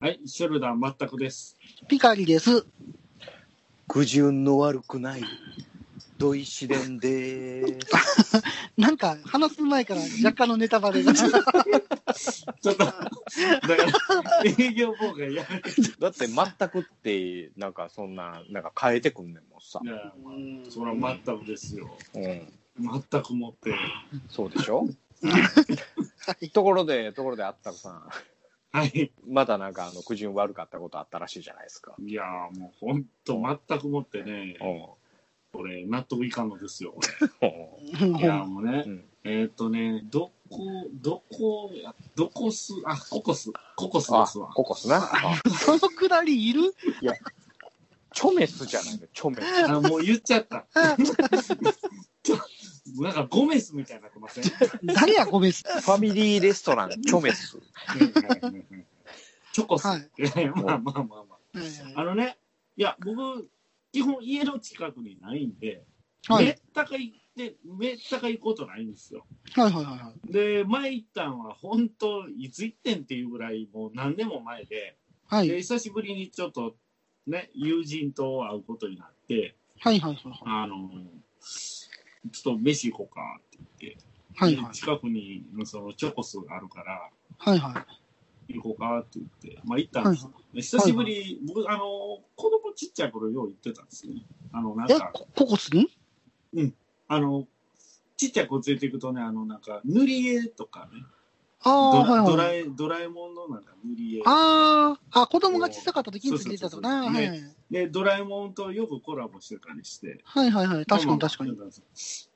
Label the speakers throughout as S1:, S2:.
S1: はい、ショルダー全くです。
S2: ピカリです。
S3: 苦渋の悪くないドイシデンでーす。
S2: なんか、話す前から若干のネタバレが。
S1: ちょっと、だから、営業妨害やめて
S3: だって全くって、なんかそんな、なんか変えてくんねんもんさ
S1: い。やそれは全くですよ。
S3: うん。
S1: 全く持って。
S3: そうでしょ
S2: い
S3: ところで、ところであったくさん、
S1: はい。
S3: まだなんかあの苦渋悪かったことあったらしいじゃないですか。
S1: いやーもうほんと全く持ってね、
S3: う
S1: 俺、納得いかんのですよ。
S3: ん。
S2: うん
S1: いやーもうね
S3: う、ん。
S1: えーっとね、どこ、どこ、どこす、あ、ココス、ココスで
S3: あ、
S1: すわ。
S3: ココスな。あ
S2: そのくだりいる
S3: チョメスじゃないの、チョメス。
S1: あ、もう言っちゃった。ちょなんかゴメスみたいになって ません
S2: 誰や、ごめんす。
S3: ファミリーレストラン、チョメス。
S1: チョコス。
S2: はい
S1: いやいや、まあまあまあまあ。あ
S2: は
S1: のね、いや、僕、基本家の近くにないんで、
S2: い。
S1: めったか行って、めったか行くことないんですよ。
S2: はいはいはいは
S1: で、前行ったんは、本当いつ行ってんっていうぐらい、もう何年も前で、
S2: い。はい
S1: で、久しぶりにちょっと、ね、友人と会うことになって、
S2: はいはいは
S1: あの、ちょっと飯行こうかって
S2: いはい。はい
S1: 言って、
S2: はい
S1: 近くにそのチョコスがあるから、
S2: はいはい。
S1: 行こうかって言って、まあ行ったん
S2: は
S1: で
S2: い
S1: すよ久しぶり、僕、あの、子供ちっちゃい頃よう行ってたんですね。あの、なん
S2: え
S1: か、、
S2: こココスに
S1: あの、ちっちゃい子連れて行くとね、あの、なんか、塗り絵とかね、
S2: ああ、
S1: ドラド
S2: はい
S1: ラ
S2: はい。
S1: えドラえもんのなんか塗り絵。
S2: ああ、あ、子供が小さかった時についてたとかな。
S1: そうそう
S2: は
S1: そう
S2: い
S1: そうで、ドラえもんとよくコラボしてたりして。
S2: はいはいはい。確か
S1: まあ
S2: に確か。に。
S1: まあ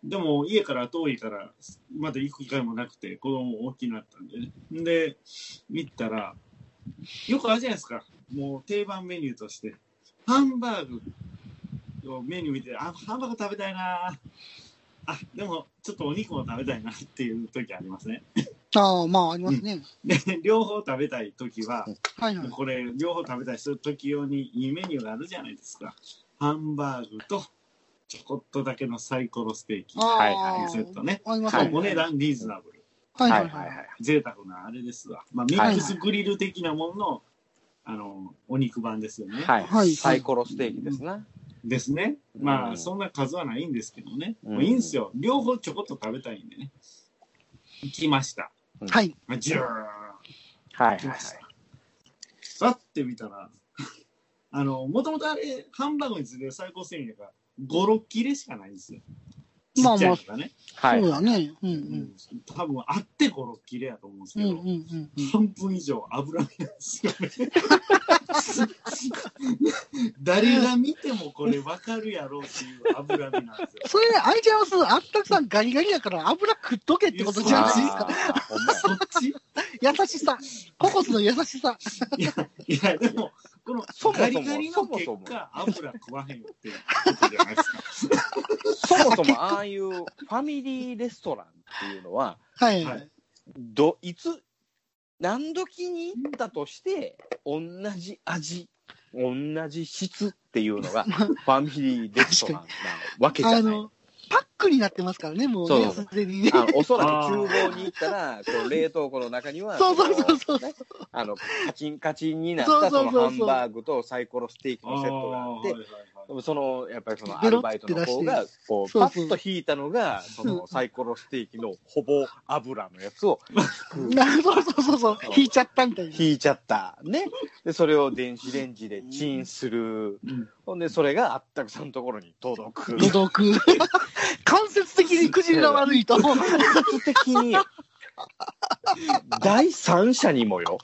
S1: でも、家から遠いから、まだ行く機会もなくて、子供も大きくなったんでね。で、見たら、よくあるじゃないですか。もう定番メニューとして。ハンバーグをメニュー見て、あ、ハンバーグ食べたいなあ、でも、ちょっとお肉も食べたいなっていう時ありますね。
S2: ああ、まあありますね。
S1: で、 両方食べたいときは、
S2: はいはい。
S1: これ、両方食べたいとき用にいいメニューがあるじゃないですか。ハンバーグと、ちょこっとだけのサイコロステーキ。
S2: ああ、
S3: はいはい
S1: セットね。
S2: あります
S1: そ
S2: ね。
S1: うお値段リーズナブル。
S2: はい
S3: は
S2: はいい
S3: は
S2: はいい
S3: は
S2: はい。
S3: い。
S1: 贅沢なあれですわ。まあ、ミックスグリル的なものの、あの、お肉版ですよね。
S3: はい、
S2: はい
S3: サイコロステーキですな。
S1: ですね。ま
S3: う
S1: あ、
S3: ん
S1: そんな数はないんですけどね。
S3: うん
S1: もういいんですよ。両方ちょこっと食べたいんでね。行きました。
S2: はい。
S1: まあジューン
S3: はい
S1: 来
S3: はいは
S1: ま
S3: い
S1: し。た。さってみたら、 あの、もともとあれ、ハンバーグについてる最高制限が5、6切れしかないんですよ。ち
S2: ま
S1: っ
S2: あ
S1: ちゃいの
S2: まあ
S1: がね。
S3: はい。
S2: そうだね。うんう。
S1: うんん多分あって5、6切れやと思うんです
S2: う
S1: け
S2: んう
S1: ど、
S2: んうんうん。
S1: 半分以上脂身なんですよね。誰が見てもこれわかるやろうっていう脂身なんですよ。
S2: それね、アイちゃんはすあったくさんガリガリやから油食っとけってことじゃないですか。
S3: あーほんまや
S1: そっち
S2: 優しさ。ココスの優しさ。
S1: いや、いや、でも、この
S3: そもそも
S1: ガリガリの結
S3: そもそ
S1: 果、油食わへんよっていうことじゃないですか。
S3: そもそもああいうファミリーレストランっていうのは、
S2: はい。
S1: は
S2: はいい、
S3: ど、いつ、何時に行ったとして、同じ味、同じ質っていう のが、ファミリーレストランなわけじ
S2: あ
S3: ゃない。
S2: の、パックになってますからね、もう
S3: そう
S2: ね、
S3: そうそう
S2: すでにね。
S3: あのおそらく厨房に行ったら、こう冷凍庫の中には、
S2: そうそうそうそう。
S3: こうねあの、カチンカチンになっ
S2: そう
S3: た
S2: そう
S3: そ
S2: そう
S3: の
S2: そう
S3: ハンバーグとサイコロステーキのセットがあって、でもそのやっぱりそのアルバイトの方がこう
S2: そ
S3: パ
S2: うそう
S3: ッと引いたのがそのサイコロステーキのほぼ油のやつを
S2: なそうそうそうそう。引いちゃったみたいな。
S3: 引いちゃったねでそれを電子レンジでチンする
S1: うん
S3: ほんでそれがあったくさんのところに届 く
S2: 孤独。間接的にくじが悪いと。
S3: 的に第三者にもよ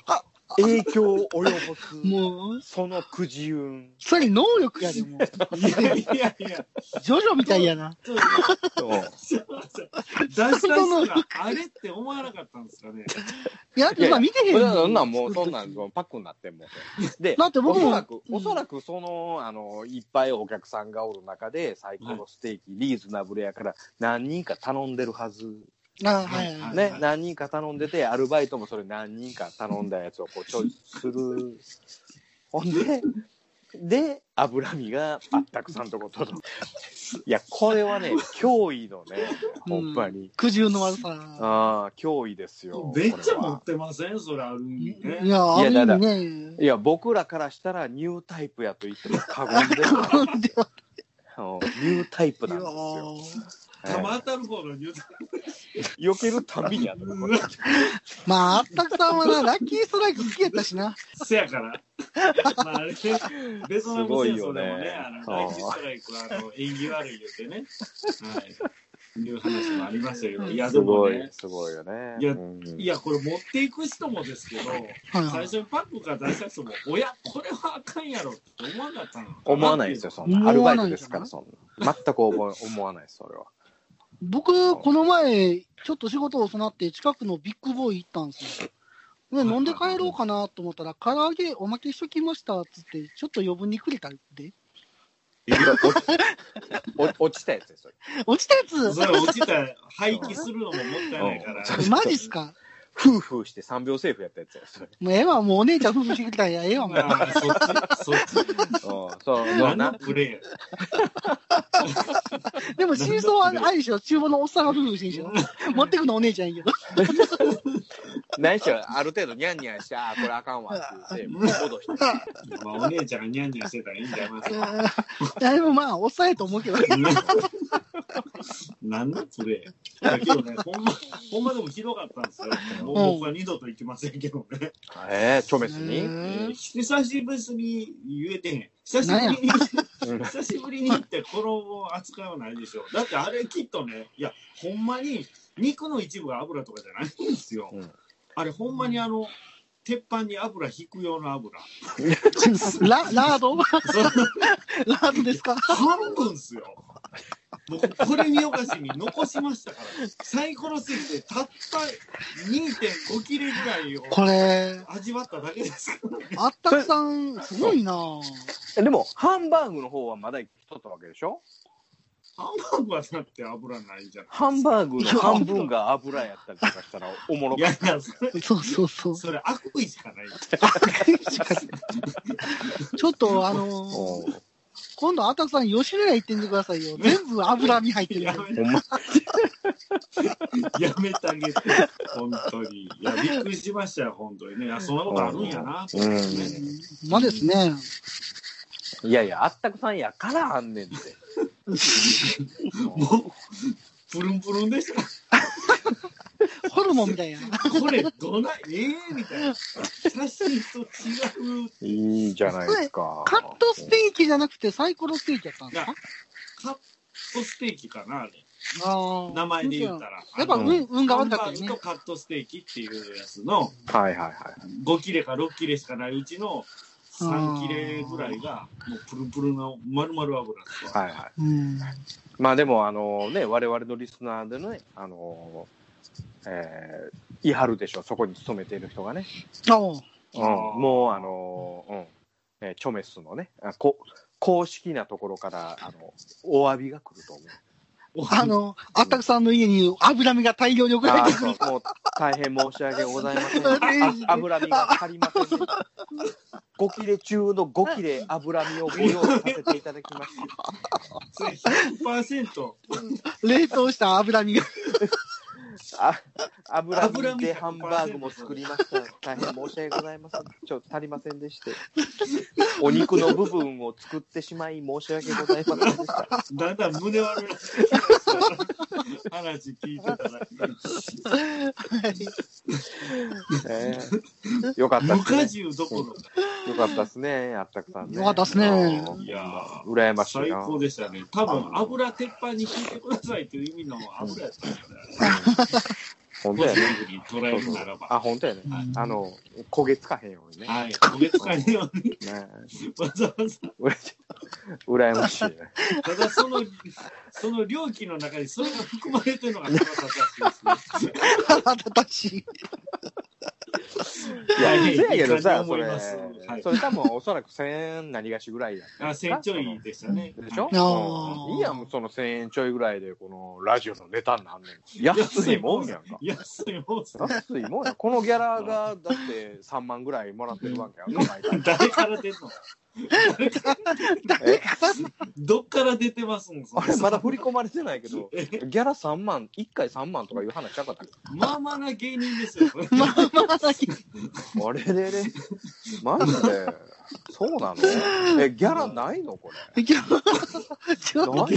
S3: 影響を及ぼす
S2: もう、
S3: そのくじ運
S2: それ能力やで、もう。
S1: いやいやいや、
S2: ジョジョみたいやな。
S1: ちょっと、出した人があれって思わなかったんですかね。
S2: いや、
S3: いや
S2: 今見てへん
S3: そ
S2: もん。
S3: れはそんなんもう、そん なんもうパックになってんもん。で、
S2: だって僕も
S3: おそらく、
S2: うん
S3: おそらくその、あの、いっぱいお客さんがおる中で、最高のステーキ、リーズナブルやから、何人か頼んでるはず。
S2: あはいはい。
S3: ね
S1: は、い
S3: 何人か頼んでて、アルバイトもそれ何人か頼んだやつをこう、チョイスする。ほんで、で、脂身があったくさんとこ届く。いや、これはね、脅威のね、ほんまに。
S2: 苦渋の悪さ。
S3: ああ、脅威ですよ。
S1: めっちゃ持っ
S3: こ
S1: てませんそれあるん
S2: い
S1: ね。
S2: や、ある
S3: いや
S2: 意
S3: だ
S2: 味
S3: か
S2: ね。
S3: れは。いや、僕らからしたらニュータイプやと言っても過言で はない。
S2: こんでは
S3: うんニュータイプなんですよ。
S2: いや
S1: たまたる方の言うた
S3: 避けるたびにあったこれ
S2: まあ、あったくさんはな、ラッキーストライク好きやったしな。
S1: せやから。まあ、あれ、ベトナム戦争でも
S3: すごいよね
S1: ね、あの、ライチストライクは、あの、縁起悪い言ってね。はい。いう話もありましたけど、いや、
S3: す
S1: でも
S3: ごい
S1: ね、。
S3: すごいよね。
S1: いや
S3: うん
S1: いや、これ持っていく人もですけど、
S2: はい
S1: 最
S2: はい
S1: 初にパックから出した人も、おや、これはあかんやろって思わなかったのか
S3: 思わないですよ、そん
S2: 思
S3: な。ア
S2: わない
S3: ル
S2: んじゃない
S3: バイトですから、そんな。全く思わ思わないです、それは。
S2: 僕、この前、ちょっと仕事をそなって、近くのビッグボーイ行ったんですよ。で、飲んで帰ろうかなと思ったら、唐揚げおまけしときましたっつって、ちょっと余分にくれたんで。
S3: 落ちお落ちたやつですよ。
S2: 落ちたや
S1: それ
S2: つ
S1: 落ちたら廃棄するのももったいないから。
S3: うん
S2: マジっすか
S3: 夫婦して3秒セーフやったやつやそれ。うん
S2: もうええわ、もうお姉ちゃん夫婦してきたんや、ええわ、 もう。
S1: まあ、そっち、そっち、
S3: そう、
S1: 何の
S3: な
S1: プレ
S2: でも真相はあれでしょ、厨房のおっさんが夫婦してんで
S1: イ
S2: しょ
S1: ヤ。
S2: 持ってくのお姉ちゃんやけど。
S3: 何しろある程度ニャンニャンして、ああ、これあかんわって言って、戻して。
S1: まあ、お姉ちゃんがニャンニャンしてたらいいんじゃないですか。
S2: いや、でもまあ、おっさんやと思うけど。
S1: なんだそれ。いやけどね、ほんま、ほんまでもひどかったんですよ。もう
S2: うん
S1: 僕は二度と行きませんけどね。
S3: ええ、チョメスに。
S2: う
S3: うん
S2: ん
S1: 久しぶりに言えてへん。久しぶりに、久しぶりに行って衣を扱いはないでしょ。だってあれきっとね、いや、ほんまに肉の一部が油とかじゃないんですよ。
S3: うん
S1: あれほんまにあの、鉄板に油引く用の油。
S2: ララードラ
S1: その
S2: ードですか
S1: 半分っすよ。僕、これ見よがしに残しましたから、サイコロすぎて、たった2.5切れぐらいを
S2: これ、
S1: 味わっただけですから。
S2: あったくさん、すごいなぁ
S3: えでも、ハンバーグの方はまだ生きとったわけでしょ
S1: ハンバーグはだって油ないじゃん。
S3: ハンバーグの半分が油やったりとかしたらおもろ
S1: い
S3: か
S1: や
S3: っ
S1: いや、それ、
S2: そうそうそう。
S1: それ悪意しかない。
S2: ちょっと、あ
S3: た。
S2: のー
S3: おう
S2: 今度、あたくさん、吉野家行ってみてくださいよ。全部油身入ってるんで
S1: やめて、やめてあげて、本当に。いや、びっくりしましたよ、本当にね。いや、そんなことあるんやな、と思ってね。
S2: まあですね。
S3: いやいや、あったくさんやからあ んねんって。
S1: もう、プルンプルンでした。
S2: ホルモンみたいな。
S1: これ、どない、ええみたいな。写真と違う。
S3: いいじゃないですか。
S2: カットステーキじゃなくてサイコロステーキやったんですか
S1: カットステーキかな、あれ。
S2: あー
S1: 名前で言ったら。
S2: やっぱ
S1: あの
S2: 運運が悪かった
S1: ハン
S2: よ
S1: バーグ
S2: ね
S1: と。カットステーキっていうやつの、
S3: はいはいはい。
S1: 5切れか6切れしかないうちの、3切れぐらいが、もうプルプルの丸々油ですわ
S3: はいはい。
S2: うん。
S3: まあでも、あのね、我々のリスナーでね、あのえー、いはるでしょ、そこに勤めている人がね。
S2: ああ。
S3: うん、もう、あのうん、えーチョメスのね、あこ公式なところから、あの、お詫びが来ると思う。
S2: あの、あったくさんの家に油身が大量に送られ
S3: あ
S2: て
S3: ー
S2: くる。
S3: そうもう大変申し訳ござい ません。あ油身が足りませんでした。5切れ中の5切れ油身をご用意させていただきまし
S1: それ100%
S2: 冷凍した油身が。
S3: た。あ油身でハンバーグも作りました。大変申し訳ございません。ちょっと足りませんでして。お肉の部分を作ってしまい申し訳ございませんでした。
S1: だんだん胸悪くなってきた話聞いてたら
S3: えーよかった
S1: 無荷
S3: ですね。
S1: 重どころか
S3: よかったですね。あったくさんね。
S2: よかったっすね
S3: うん
S1: いやー
S3: 羨ましい
S1: 最
S3: な。
S1: 高でしたね多分油鉄板に聞いてくださいっていう意味の油やったんですよね
S3: 本
S1: ポ
S3: 当
S1: ジ
S3: や
S1: テ
S3: ね。
S1: ィブに捉
S3: そ
S1: え
S3: うそ
S1: る
S3: う
S1: ならば
S3: あ、本当やね。あの、焦げつかへんようにね。
S1: はい焦げつかねように
S3: ね
S1: わざわざ
S3: うら羨ましいね。
S1: ただそのその料金の中にそれが含まれてるのが腹立たしいですね
S2: 腹立たしい。
S3: いや、
S1: はい
S3: せやけど
S1: いい
S3: さ、
S1: 感じ
S3: そ
S1: 思い
S3: れ、
S1: ますはい
S3: それ多分おそらく1000円何がしぐらいやった
S1: あ、成長いいでしたね。
S3: でしょ、
S2: あー
S3: うんいいやん、その1000円ちょいぐらいで、このラジオのネタになんねん。安いもんやんか。
S1: 安いもんっすね
S3: 安いもんやん。このギャラが、だって3万ぐらいもらってるわけやんか、毎 回。
S1: 誰から出んの
S3: え
S1: どっから出てますもん、その
S3: あれ、まだ振り込まれてないけど、ギ
S1: え
S3: ャラ3万、1回3万とかいう話なかったっけ
S1: まあまあな芸人 ですよ。
S2: まあまあ、先
S3: あれれれ、マジで、そうなのえ、ギャラないのこれ。
S2: ギャちょっ
S3: な
S2: と
S3: い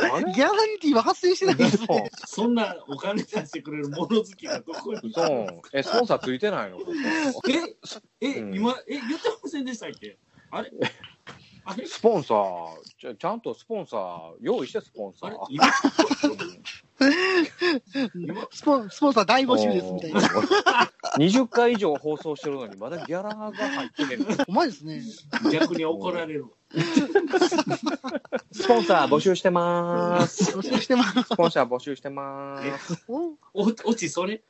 S3: あ れ
S2: ギャランティーは発生してないですね。
S1: そんなお金出してくれる物好きがどこに
S3: そう。え、スポンサーついてないのここ
S1: え、え、
S3: うん
S1: 今、え、言ってませんでしたっけあれあれ
S3: スポンサーちゃ、ちゃんとスポンサー、用意してスポンサ
S1: あれ
S3: ー。
S1: 今 今
S2: スポンスポンサー大募集ですみたいな。
S3: 20回以上放送してるのに、まだギャラが入ってねえの
S2: お前ですね。
S1: 逆に怒られるわ。
S3: スポンサー募集してまーす。
S2: 募集してます。
S3: スポンサー募集してまーす。
S2: お
S1: お落ちそれ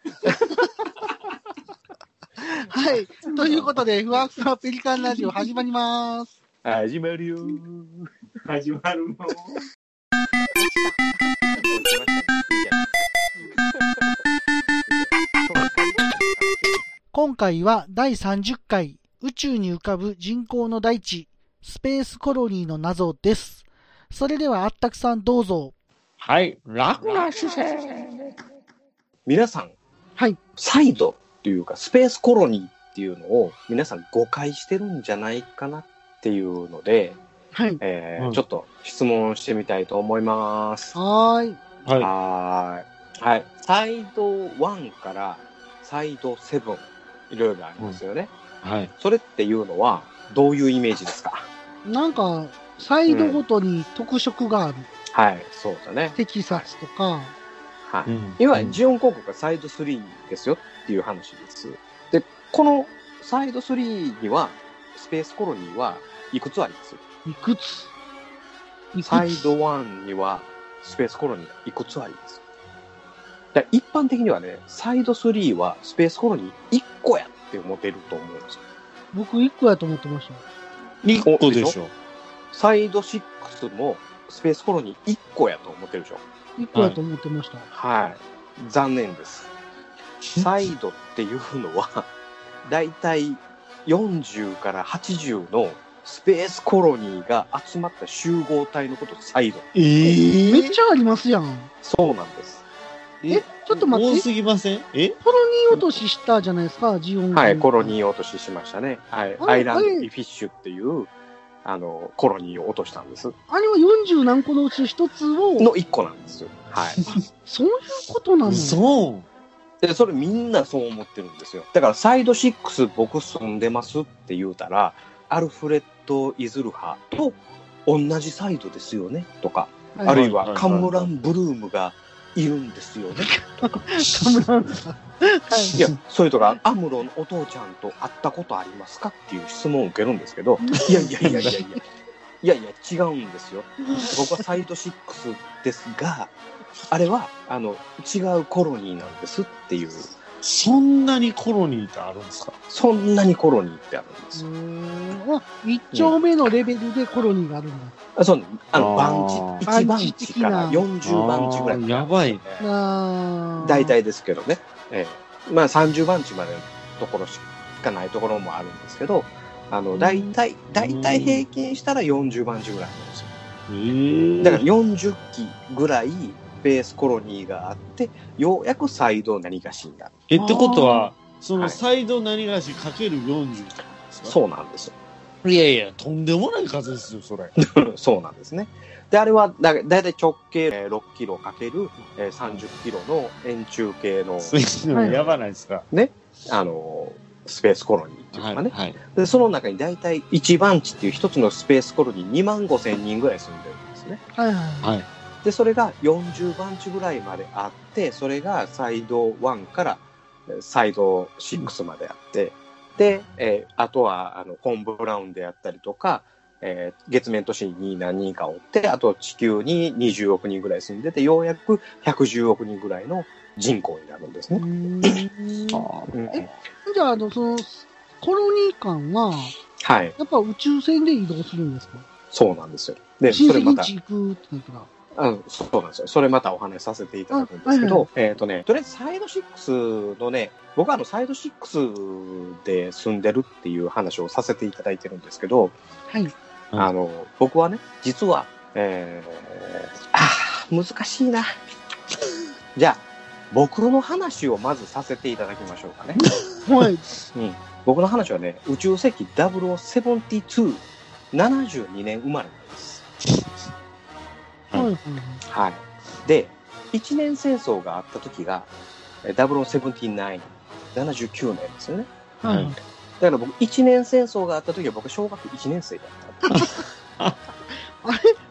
S2: はい。ということで、ふわふわペリカンラジオ始まります。
S3: 始まるよー。
S1: 始まるの。
S2: 今回は第30回、宇宙に浮かぶ人工の大地、スペースコロニーの謎です。それでは、あったくさんどうぞ。
S3: はい、楽な姿勢。皆さん、
S2: はい。
S3: 再度っていうか、スペースコロニーっていうのを皆さん誤解してるんじゃないかなっていうので、
S2: はい。
S3: えー
S1: うん
S3: ちょっと質問してみたいと思います。は
S2: はーい。
S1: は
S3: ーい。。はい。サイド1からサイド7、いろいろありますよね。
S4: はい。
S3: それっていうのは、どういうイメージですか
S2: なんか、サイドごとに特色がある。
S3: はい、そうだね。
S2: テキサスとか、
S3: はい。
S4: ん
S3: いわゆるジオン広告がサイド3ですよっていう話です。で、このサイド3には、スペースコロニーはいくつあります
S2: いくついくつ
S3: サイド1にはスペースコロニーがいくつあります。だから一般的にはね、サイド3はスペースコロニー1個やって思ってると思うんですよ。
S2: 僕1個やと思ってました。
S4: 1個でしょ。
S3: サイド6もスペースコロニー1個やと思ってるでしょ。
S2: 1個やと思ってました。
S3: はい。残念です。サイドっていうのは、だいたい40から80のスペースコロニーが集まった集合体のことをサイド。
S4: え
S2: めっちゃありますやん。
S3: そうなんです。
S2: え、ちょっと待っ
S4: 多
S2: て、
S4: すぎませんえ
S2: コロニー落とししたじゃないですか、ジオン。
S3: はい、コロニ
S2: ー。
S3: ーを落とししましたね。はい、
S2: あれ
S3: アイランド
S2: あれ
S3: イフィッシュっていう、あの、コロニーを落としたんです。
S2: あれは40何個のうち1つを、
S3: の1個なんですよ。 はい。
S2: そういうことなの
S4: 嘘
S3: で、それみんなそう思ってるんですよ。だから、サイド6僕住んでますって言うたら、アルフレッド・イズルハと同じサイドですよねとか、
S2: はい
S3: あるい
S4: はい
S3: は
S4: はい
S3: カムラン・ブルームがいるんですよねとか、
S2: カムランさん。はい。
S3: いや、それとか、アムロのお父ちゃんと会ったことありますかっていう質問を受けるんですけど、いやいやいやいやいや、いやいや、違うんですよ。僕はサイド6ですが、あれは、あの、違うコロニーなんですっていう。
S4: そんなにコロニーってあるんですか
S3: そんなにコロニーってあるんで
S2: う
S3: すよ。
S2: ーんあ、1丁目のレベルでコロニーがあるんだ。
S3: あそうねあの、
S4: あ
S3: 番
S4: ー
S3: 地、1番地から
S2: 番
S3: 40番地ぐら
S4: あ
S3: い。
S4: ーやばいね。
S2: あー
S3: 大。体ですけどね。ええまあ30番地までのところしかないところもあるんですけど、あの、大体、大体平均したら40番地ぐらいなんですよ。
S4: えー
S3: だから40機ぐらいベースコロニーがあって、ようやくサイド何がしになる。
S4: え、ってことは、そ
S3: は
S4: の
S3: い
S4: サイド何がしかける40ってことですか
S3: そうなんですよ。
S4: う。いやいや、とんでもない数ですよ、それ。
S3: そうなんですね。で、あれはだ、だいたい直径えー6キロかけるえー30キロの円柱形の、
S2: はい
S4: やばないですか。
S3: あのースペースコロニーっていうのがね。
S4: はい。
S3: で、その中に大体1番地っていう一つのスペースコロニー2万5千人ぐらい住んでるんですね。
S2: はいはい。
S4: はい。
S3: で、それが40番地ぐらいまであって、それがサイド1からえーサイド6まであって、で、えーあとは、あの、コン・ブラウンであったりとか、えー月面都市に何人かおって、あと地球に20億人ぐらい住んでて、ようやく110億人ぐらいの人口になるんです
S2: う
S3: ね。
S2: ーん
S5: あ
S3: うん
S2: じゃあ、あの、その、コロニー間は、
S3: はい。
S2: やっぱ宇宙船で移動するんですか
S3: そうなんですよ。で、
S2: 親
S3: それ
S2: 戚
S3: ま
S2: ん
S3: た、
S2: ち行くってなったら。
S3: うん、そうなんですよ。それまたお話しさせていただくんですけ
S2: あ
S3: ど、
S2: は
S3: えっ、とね、とりあえずサイド6のね、僕はあのサイド6で住んでるっていう話をさせていただいてるんですけど、
S2: はい。
S1: うん
S3: あの、僕はね、実は、えー、あー難しいな。じゃあ、僕の話をまずさせていただきましょうか ね。
S2: はい。
S3: 僕の話はね、宇宙世紀0072、72年生まれなんです。
S2: はい。はい。
S3: はい。で、一年戦争があった時が、えー0079、79年ですよね。
S2: はい。
S3: だから僕、一年戦争があった時は僕、小学1年生だった。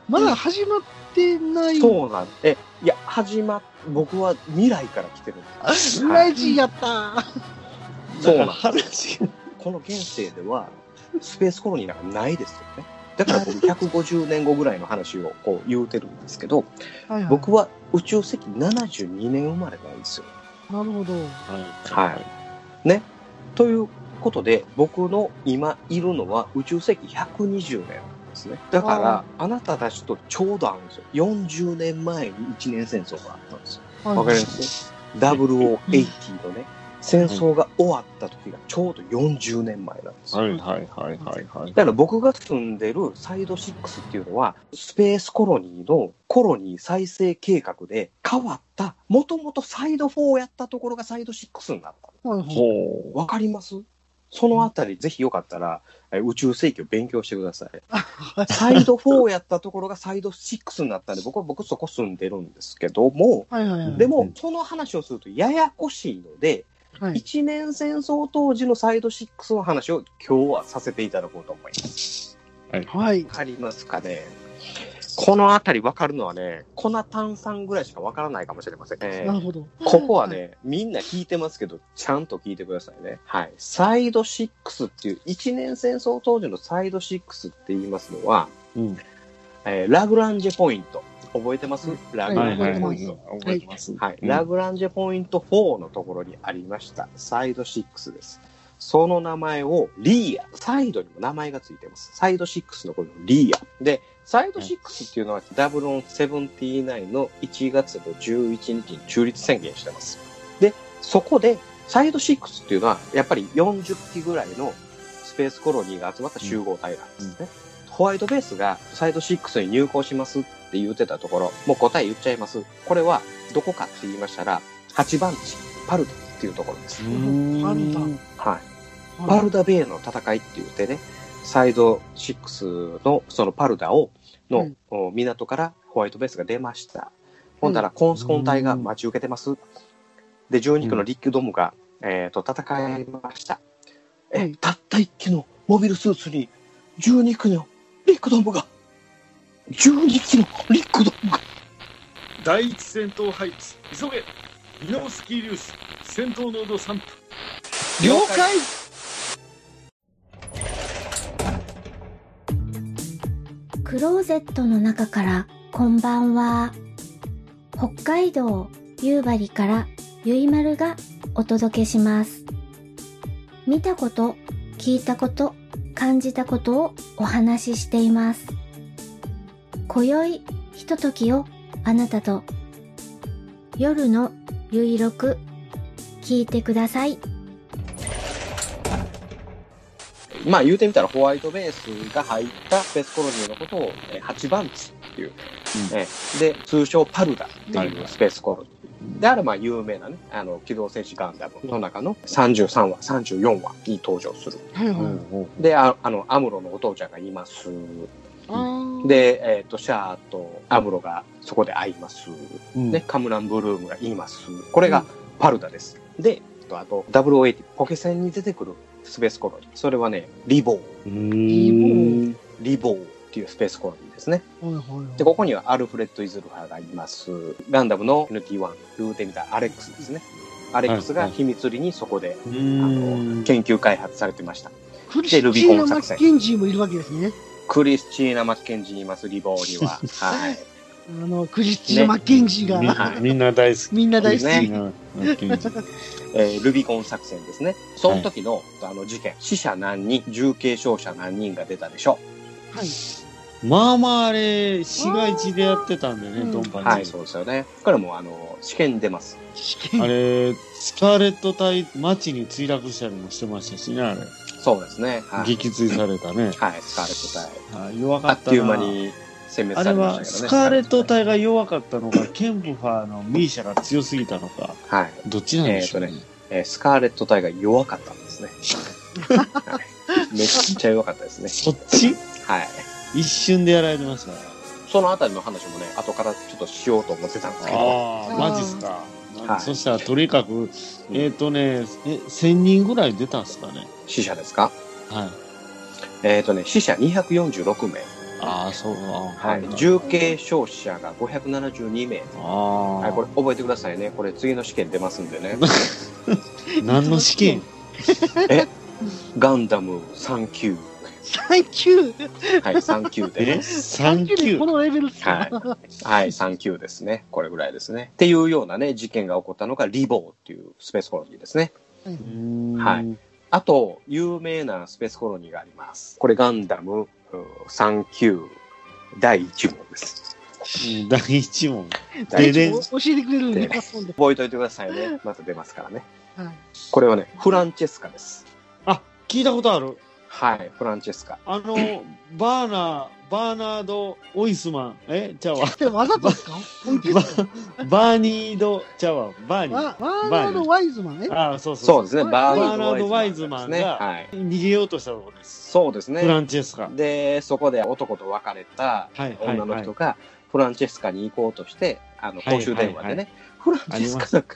S2: まだ始まってない。
S3: そうなんえ、いや、始まっ、僕は未来から来てるんです。は
S2: ラ
S3: い、
S2: ジやった
S3: そうな
S1: だ
S3: ん
S1: から
S3: です。
S1: 話が
S3: この現世では、スペースコロニーなんかないですよね。だから僕、150年後ぐらいの話をこう言うてるんですけど、
S2: はい。
S3: 僕は宇宙世紀72年生まれなんですよ。
S2: なるほど。
S3: はい。ね。ということで、僕の今いるのは宇宙世紀120年なんですね。だから、あなたたちとちょうど合うんですよ。40年前に一年戦争があったんですよ。
S2: はい。
S3: わかります0080のね、戦争が終わった時がちょうど40年前なんですよ。
S1: はいはいはいはいはい。
S3: だから僕が住んでるサイド6っていうのは、スペースコロニーのコロニー再生計画で変わった、もともとサイド4をやったところがサイド6になった。
S2: はいはい。
S1: ほ
S3: わかりますそのあたり、ぜひよかったら、え宇宙世紀を勉強してくだ さい。サイド4やったところがサイド6になったんで、僕は僕そこ住んでるんですけども、
S2: はいはいはい。
S3: で
S1: う
S3: も
S1: ん、
S3: その話をするとややこしいので、
S2: はい。
S3: 一年戦争当時のサイド6の話を今日はさせていただこうと思います。
S2: はい。
S3: わかりますかねこのあたりわかるのはね、粉炭酸ぐらいしかわからないかもしれません。えー
S2: なるほど。
S3: ここはね、みんな聞いてますけど、ちゃんと聞いてくださいね。はい。サイド6っていう、一年戦争当時のサイド6って言いますのは、
S1: う。うん。
S3: えーラグランジェポイント。覚えてますラグ
S1: は
S3: ラ
S1: い
S3: ンジ
S1: は
S3: ェ
S1: い
S3: ポ
S1: は
S3: イン
S1: い。
S3: ト。
S1: 覚えてます。
S3: はい。
S1: うん
S3: ラグランジェポイント4のところにありました。サイド6です。その名前をリーア。サイドにも名前がついてます。サイド6のこのリーア。で、サイド6っていうのは0079の1月の11日に中立宣言してます。で、そこで、サイド6っていうのは、やっぱり40機ぐらいのスペースコロニーが集まった集合体なんですね。ホワイトベースがサイド6に入港しますって言ってたところ、もう答え言っちゃいます。これはどこかって言いましたら、8番地、パルダっていうところです。
S2: あるんだ。
S3: はい。パ
S2: は
S3: ルダベイの戦いって言ってね、サイド6のそのパルダを、
S2: う
S3: の
S2: ん
S3: お港からホワイトベースが出ました。ほんだらコンスコン隊が待ち受けてます。で、12区のリッキュドームが、えっと、戦いました。
S2: は
S3: え
S2: い、
S3: たった1機のモビルスーツに、12区のリックドームが、12機のリックドームが、
S6: 第一戦闘配置、急げミノフスキー粒子、戦闘濃度3分。
S3: 了解
S7: クローゼットの中からこんばんは北海道夕張からゆいまるがお届けします見たこと聞いたこと感じたことをお話ししています今宵ひとときをあなたと夜のゆいろく聞いてください
S3: まあ言うてみたらホワイトベースが入ったスペースコロニーのことをえー8番地っていう、
S1: うん
S3: えーで通称パルダって
S1: はい
S3: いうスペースコロニー、であれば有名なねあの機動戦士ガンダムの中の33話34話に登場する
S2: い
S1: うんう
S2: はい。
S1: ん
S3: でああのアムロのお父ちゃんがいます
S2: あー、
S3: で、えー、とシャアとアムロがそこで会います、
S1: うん
S3: ね、カムランブルームが言います。これがパルダです。で、あと、080、ポケセンに出てくるスペースコロニー。それはね、リボ
S1: う
S3: ー。
S1: ん
S3: リボーっていうスペースコロニーですね。
S2: はいはい。
S3: で、ここにはアルフレッド・イズルハがいます。ガンダムの NT1、ルーテミタ、アレックスですね。アレックスが秘密裏にそこで、
S1: う
S3: あ
S1: ん
S3: の、研究開発されてました。
S2: クリスチーナ・マッケンジーもいるわけですね。
S3: クリスチーナ・マッケンジーいます、リボーには。はい。
S2: あの、クリスチー・マッケンジー
S1: みん
S2: が、
S1: なみんな大好き。
S2: みんな大好き。
S3: ね
S1: うんうんケンジ
S3: えールビコン作戦ですね。その時の,、あの事件、死者何人、重軽傷者何人が出たでしょ
S2: はい。
S1: まあまああれ、市街地でやってたんだよ
S2: うん
S1: ね、ドン
S3: う。
S1: パ
S3: は
S1: ン
S3: い、
S1: チ
S3: そ。うですよね。これもあの試験出ます。
S2: 試
S1: あ
S2: 験。
S1: れ、スカーレット隊、街に墜落したりもしてましたしね、あれ。
S3: そうですね。はい。
S1: 撃墜されたね。
S3: はい、スカーレット
S1: あ弱
S3: 隊。あ
S1: か
S3: っ
S1: った
S3: という
S1: な
S3: 間に殲滅
S1: あれ
S3: されましたけどね。
S1: は、スカーレット隊が弱かったのか、ケンプファーのミーシャが強すぎたのか、
S3: はい。
S1: どっちなんでしょう
S3: え
S1: ね
S3: ー。えースカーレット隊が弱かったん ですね。はいめっちゃ弱かったですね。
S1: そっち
S3: はい。
S1: 一瞬でやられてましたね。
S3: そのあたりの話もね、後からちょっとしようと思ってたんですけど。
S1: あ
S2: あ
S1: あ、
S2: ー
S1: マジっすか。
S3: はい
S1: そしたら、とにかく、えっ、とね、え、1000人ぐらい出たんすかね。
S3: 死者ですか
S1: はい。
S3: えっ、とね、死者246名。
S1: ああ、そう、あー
S3: はい。重軽傷者が572名。
S1: あ
S3: は
S1: あ
S3: い、これ覚えてくださいね。これ次の試験出ますん でね。
S1: れ、何の試験
S3: ガンダム3級。
S2: 3級
S3: はい、3級
S1: え
S3: で。
S1: ?3
S2: 級で
S1: 級
S2: このレベルっすか
S3: はい。はい、3級ですね。これぐらいですね。っていうようなね、事件が起こったのがリボーっていうスペースコロニーですね。はい
S1: い。
S3: あと、有名なスペースコロニーがあります。これ、ガンダムうん3級第1問です。
S1: 第一問。
S3: 第
S1: でで
S3: 一
S1: ん
S2: お教えてくれるんで、パソコンで。
S3: 覚えておいてくださいね。また出ますからね。
S2: はい。
S3: これはね、フランチェスカです。
S1: あ、聞いたことある。
S3: はい、フランチェスカ。
S1: あの、バーナー、バーナード・オイスマン、え、ちゃうわ。
S2: で、わざとっすか本気っすか
S1: バーニード、ちゃうわ。バーニー
S2: わ。ワーナード・ワイズマンね。
S1: ああ、そうそう。
S3: そうですね、バ
S1: ー
S2: バ
S3: ー
S1: ナ
S3: ナ
S1: ー
S3: ー
S1: ド
S3: ド・
S1: ワ
S3: ワ
S1: イ
S3: イ
S1: ズ
S3: ズ
S1: マ
S3: マ
S1: ン
S3: ン
S1: が
S3: ですね。はい。
S1: 逃げようとしたところです。
S3: そうです
S1: フラ
S3: ね。
S1: ンチェスカ。
S3: で、そこで男と別れた
S1: はいはい
S3: 女の人が、フランチェスカに行こうとして、あの、公衆電話でね、フランチェスカなんか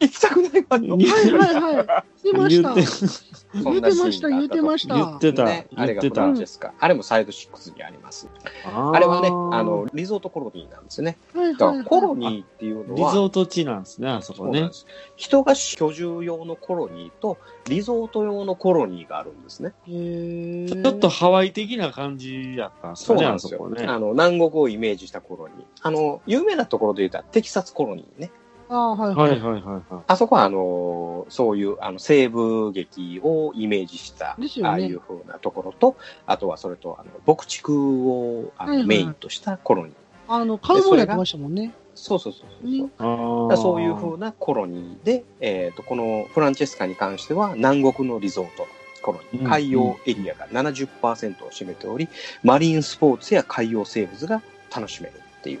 S3: 行きたくないわよ。
S2: はいはいはい。出まし
S1: 言
S2: た
S1: って。
S3: そ
S2: 言
S3: ん
S2: っ
S3: な
S2: て
S3: シーンがあ
S2: ま
S3: っ
S2: したた、
S3: と
S2: 言ってました。
S1: 言ってた
S3: ね、あ
S1: 言
S3: れ
S1: っ
S3: が
S1: て
S3: フ
S1: た
S3: ランチェスカ、あれもサイド6にあります。
S1: あ
S3: あれはね、あの、リゾートコロニーなんですよね。
S2: はい
S3: だか
S2: はい
S3: ら
S2: はい
S3: コロニーっていうの
S1: リ
S3: は、
S1: ゾート地なんですね、あそ
S3: そ
S1: こ
S3: うなん
S1: ね
S3: で。す人が居住用のコロニーとリゾート用のコロニーがあるんですね。
S2: へー
S1: ちょっとハワイ的な感じやったんですかね、あそこね。
S3: あの南国をイメージしたコロニー。あの有名なところで言ったらテキサスコロニーね。
S2: ああ、はい
S1: は
S2: はい。
S1: はいいはいは
S3: あそこはあのそういうあの西部劇をイメージした、
S2: ですよね
S3: ああいう風なところと、あとはそれとあの牧畜をあ
S2: はいは
S3: の
S2: い
S3: メインとしたコロニー。
S2: あの、カウボーイやってましたもんね。
S3: そうそうそうそうそう。
S2: ね
S3: だか
S1: い。
S3: らそういう風なコロニーで、えー、とこのフランチェスカに関しては南国のリゾートコロニ
S1: うん
S3: ー海洋エリアが70%を占めており、マリンスポーツや海洋生物が楽しめるっていう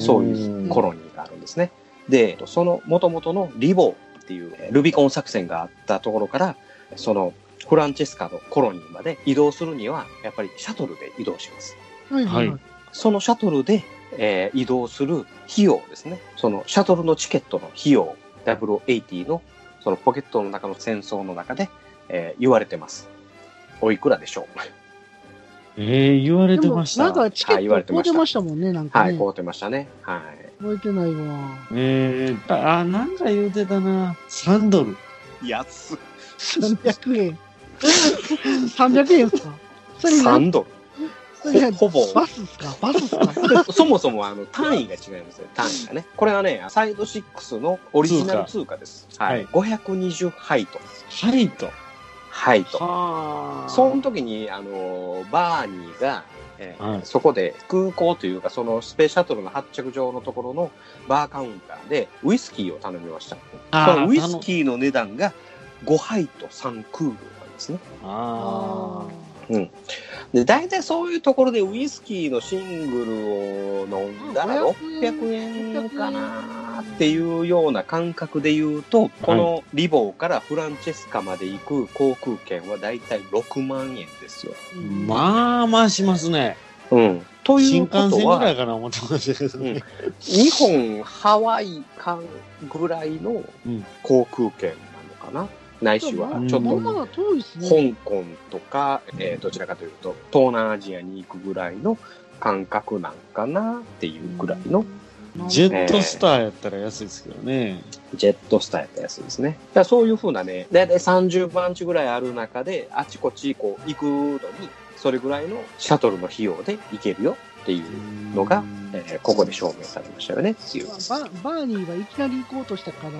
S3: そういうコロニーがあるんですね。でその元々のリボーっていうえールビコン作戦があったところからそのフランチェスカのコロニーまで移動するにはやっぱりシャトルで移動します。
S2: はいはい
S1: は
S2: はい
S1: い。
S3: そのシャトルで、えー移動する費用ですね。そのシャトルのチケットの費用、W80 のそのポケットの中の戦争の中で、えー言われてます。おいくらでしょう
S1: ええ、言われてまし
S2: でも
S1: た。
S2: なんかチケ
S3: はい言わ
S2: ッ
S3: れ
S2: ト
S3: て
S2: 買う
S3: ました
S2: てましたもんね、なんか
S3: は
S2: ね。
S3: い、こうてましたね。はい。
S2: 覚えてないわ。
S1: ええ、あ、なんか言うてたな。3ドル。
S3: 安
S2: 300円。300円っすかそれな、
S3: 3ド
S2: それな
S3: ル。ほぼ。
S2: バスっすかバスっすか
S3: そもそもあの単位が違いますね。 単位がね。これはね、サイド6のオリジナル通貨です。は
S1: はい
S3: い。520ハイト。
S1: ハイト。
S3: ハイト。
S1: は
S3: その時に、あのバーニーが、えー
S1: はい
S3: そこで空港というか、そのスペースシャトルの発着場のところのバーカウンターでウイスキーを頼みました。
S1: あー
S3: そのウイスキーの値段が5杯と3クールなんですね。
S1: あ
S3: で、大体そういうところでウイスキーのシングルを飲んだら
S2: 600
S3: 600円かなっていうような感覚で言うと、このリボーからフランチェスカまで行く航空券は大体6万円ですよ。
S1: あ。まあまあしますね。
S3: うん。とい
S1: 新
S3: うこ
S1: 幹線
S3: と
S1: ぐら
S3: は、
S1: いかな思ってましたけどね。
S3: 日本、ハワイ間ぐらいの
S1: うん
S3: 航空券なのかな、ないしは
S2: うん
S3: ちょっ
S2: まあ
S3: と
S2: まだ遠いっすね。
S3: 香港とか、えーどちらかというと東南アジアに行くぐらいの感覚なんかなっていうぐらいの
S1: ジェットスターやったら安いですけどね。
S3: ジェットスターやったやつですね。だからそういうふうなね、だいたい30番地ぐらいある中で、あちこちこう行くのに、それぐらいのシャトルの費用で行けるよってっていうのが、えーここで証明されましたよねっていう。
S2: ババーニーはいきなり行こうとしたから、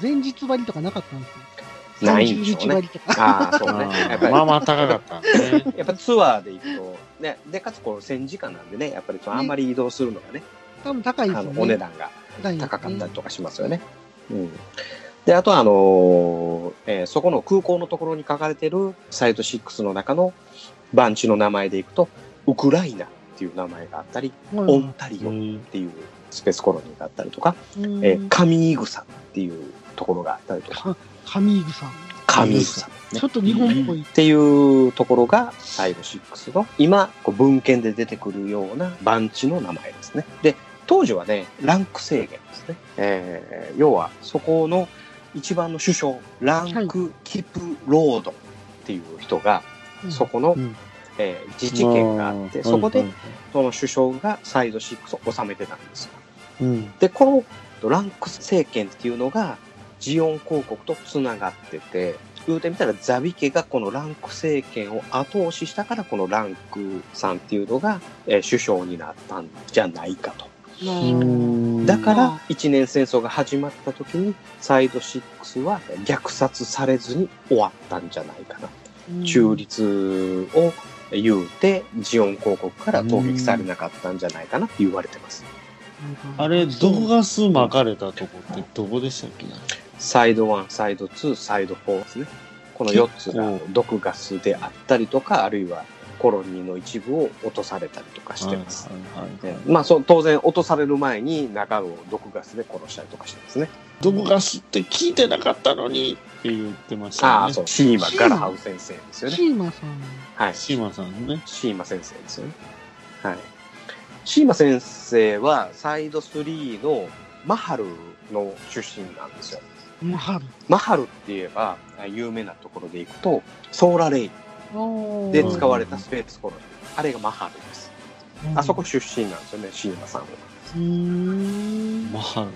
S2: 前日割りとかなかったんですよ。
S3: ないんでしょう
S2: 30日
S3: ね。
S2: 割りとか。
S3: ああ、そうね。やっぱ
S1: ー
S3: り
S1: まあまあ高かったんでね。
S3: やっぱツアーで行くと、ね、で、かつこう戦時下なんでね、やっぱりそのあんまり移動するのがね、
S2: 多分高いです
S3: あ
S2: よ
S3: の
S2: ね。
S3: お値段が
S2: 段
S3: 高かったりとかしますよね。うん、で、あとはあのーえーそこの空港のところに書かれてるサイト6の中の番地の名前で行くと、ウクライナっていう名前があったり、オンタリオって いうスペースコロニーがあったりとか、えー、カミイグサっていうところがあったりとか、
S2: カミーグさん。
S3: カミイグサ。ね
S2: ちょっと日本っぽい。
S3: っていうところがサイド6の今こう文献で出てくるような番地の名前ですね。で当時はねランク制限ですね。えー要はそこの一番の首相ランク・キプロードっていう人が、
S2: うん
S3: そこの、
S1: うん
S3: えー自治権があって、
S1: うん
S3: そこで
S1: うん
S3: その首相がサイド6を治めてたんですよ。
S1: うん
S3: でこのランク政権っていうのがジオン公国とつながってて言うてみたらザビ家がこのランク政権を後押ししたからこのランクさんっていうのが、えー首相になったんじゃないかと
S1: うん
S3: だか
S2: うん
S3: ら一年戦争が始まった時にサイド6は虐殺されずに終わったんじゃないかな中立を言うてジオン公国から攻撃されなかったんじゃないかなって言われてます
S1: あれ、どこが数巻かれたとこってどこでしたっけな
S3: サイド1、サイド2、サイド4ですね。この4つが毒ガスであったりとか、あるいはコロニーの一部を落とされたりとかしてます。
S1: はいはい
S3: え
S1: はい
S3: まあそう、当然落とされる前に中を毒ガスで殺したりとかしてますね。
S1: どこが吸って聞いてなかったのにって言ってましたよね。
S3: ああ、そう、シーマ・ガラハウ先生です
S2: シ
S3: よね。
S2: ーマさん。
S3: はい。
S1: シーマさんね。
S3: シーマ先生ですよね。はい。シーマ先生はサイド3のマハルの出身なんですよ。
S2: マハル。
S3: マハルって言えば、有名なところで行くと、ソーラレイ
S2: おー
S3: で
S1: うん
S3: 使われたスペースコロニー、あれがマハルです。あそこ。出身なんですよね、シーマさんは。
S2: うーん。
S1: マハルね。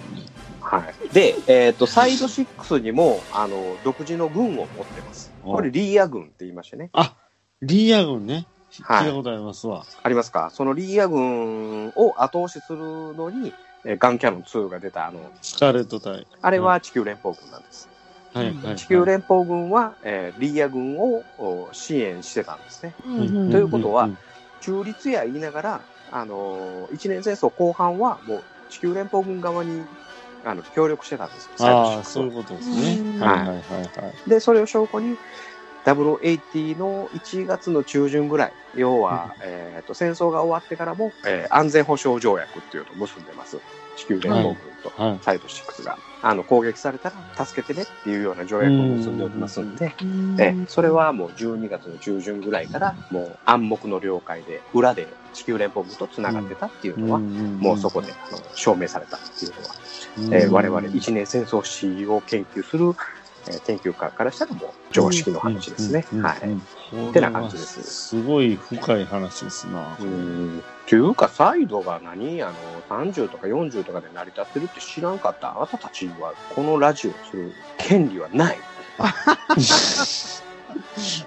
S3: はい、で、えっと、サイド6にもあの独自の軍を持ってます。これ、リーア軍って言いましてね。
S1: あ、リーア軍ね。
S3: はい
S1: 聞いたことありますわ。
S3: ありますかそのリーア軍を後押しするのに、えーガンキャノン2が出た、あの、
S1: スカーレット隊。
S3: あれは地球連邦軍なんです。
S1: はいはいはい。
S3: 地球連邦軍は、えーリーア軍をお支援してたんですね。
S2: うん
S1: ん
S3: ということは
S1: ん
S3: 中立や言いながら、あのー一年戦争後半はもう地球連邦軍側にあの協力してたんですよ。サイドシ
S1: あ
S3: ッ
S1: あ、
S3: クス
S1: そうい
S3: は
S1: うことですね。
S3: は
S1: はいいはいはいはい。
S3: で、それを証拠に、WAT の1月の中旬ぐらい、要は、えっと戦争が終わってからも、えー安全保障条約っていうのを結んでます。地球連邦軍と、
S1: はい。
S3: サイド6が。あの攻撃されたら助けてねっていうような条約を結んでおりますんで、ええそれはもう12月の中旬ぐらいからもう暗黙の了解で裏で地球連邦軍とつながってたっていうのは、も
S1: も
S3: うそこで、あの証明されたっていうのは、
S1: うん、
S3: えー我々一年戦争史を研究する、えー研究家からしたらもう常識の話ですね。
S1: うんうん
S3: はい。
S1: うん
S3: てな感じです
S1: すごい深い話ですな
S3: う。んっていうか、サイドが何あの、30とか40とかで成り立ってるって知らんかったあなたたちは、このラジオをする権利はない。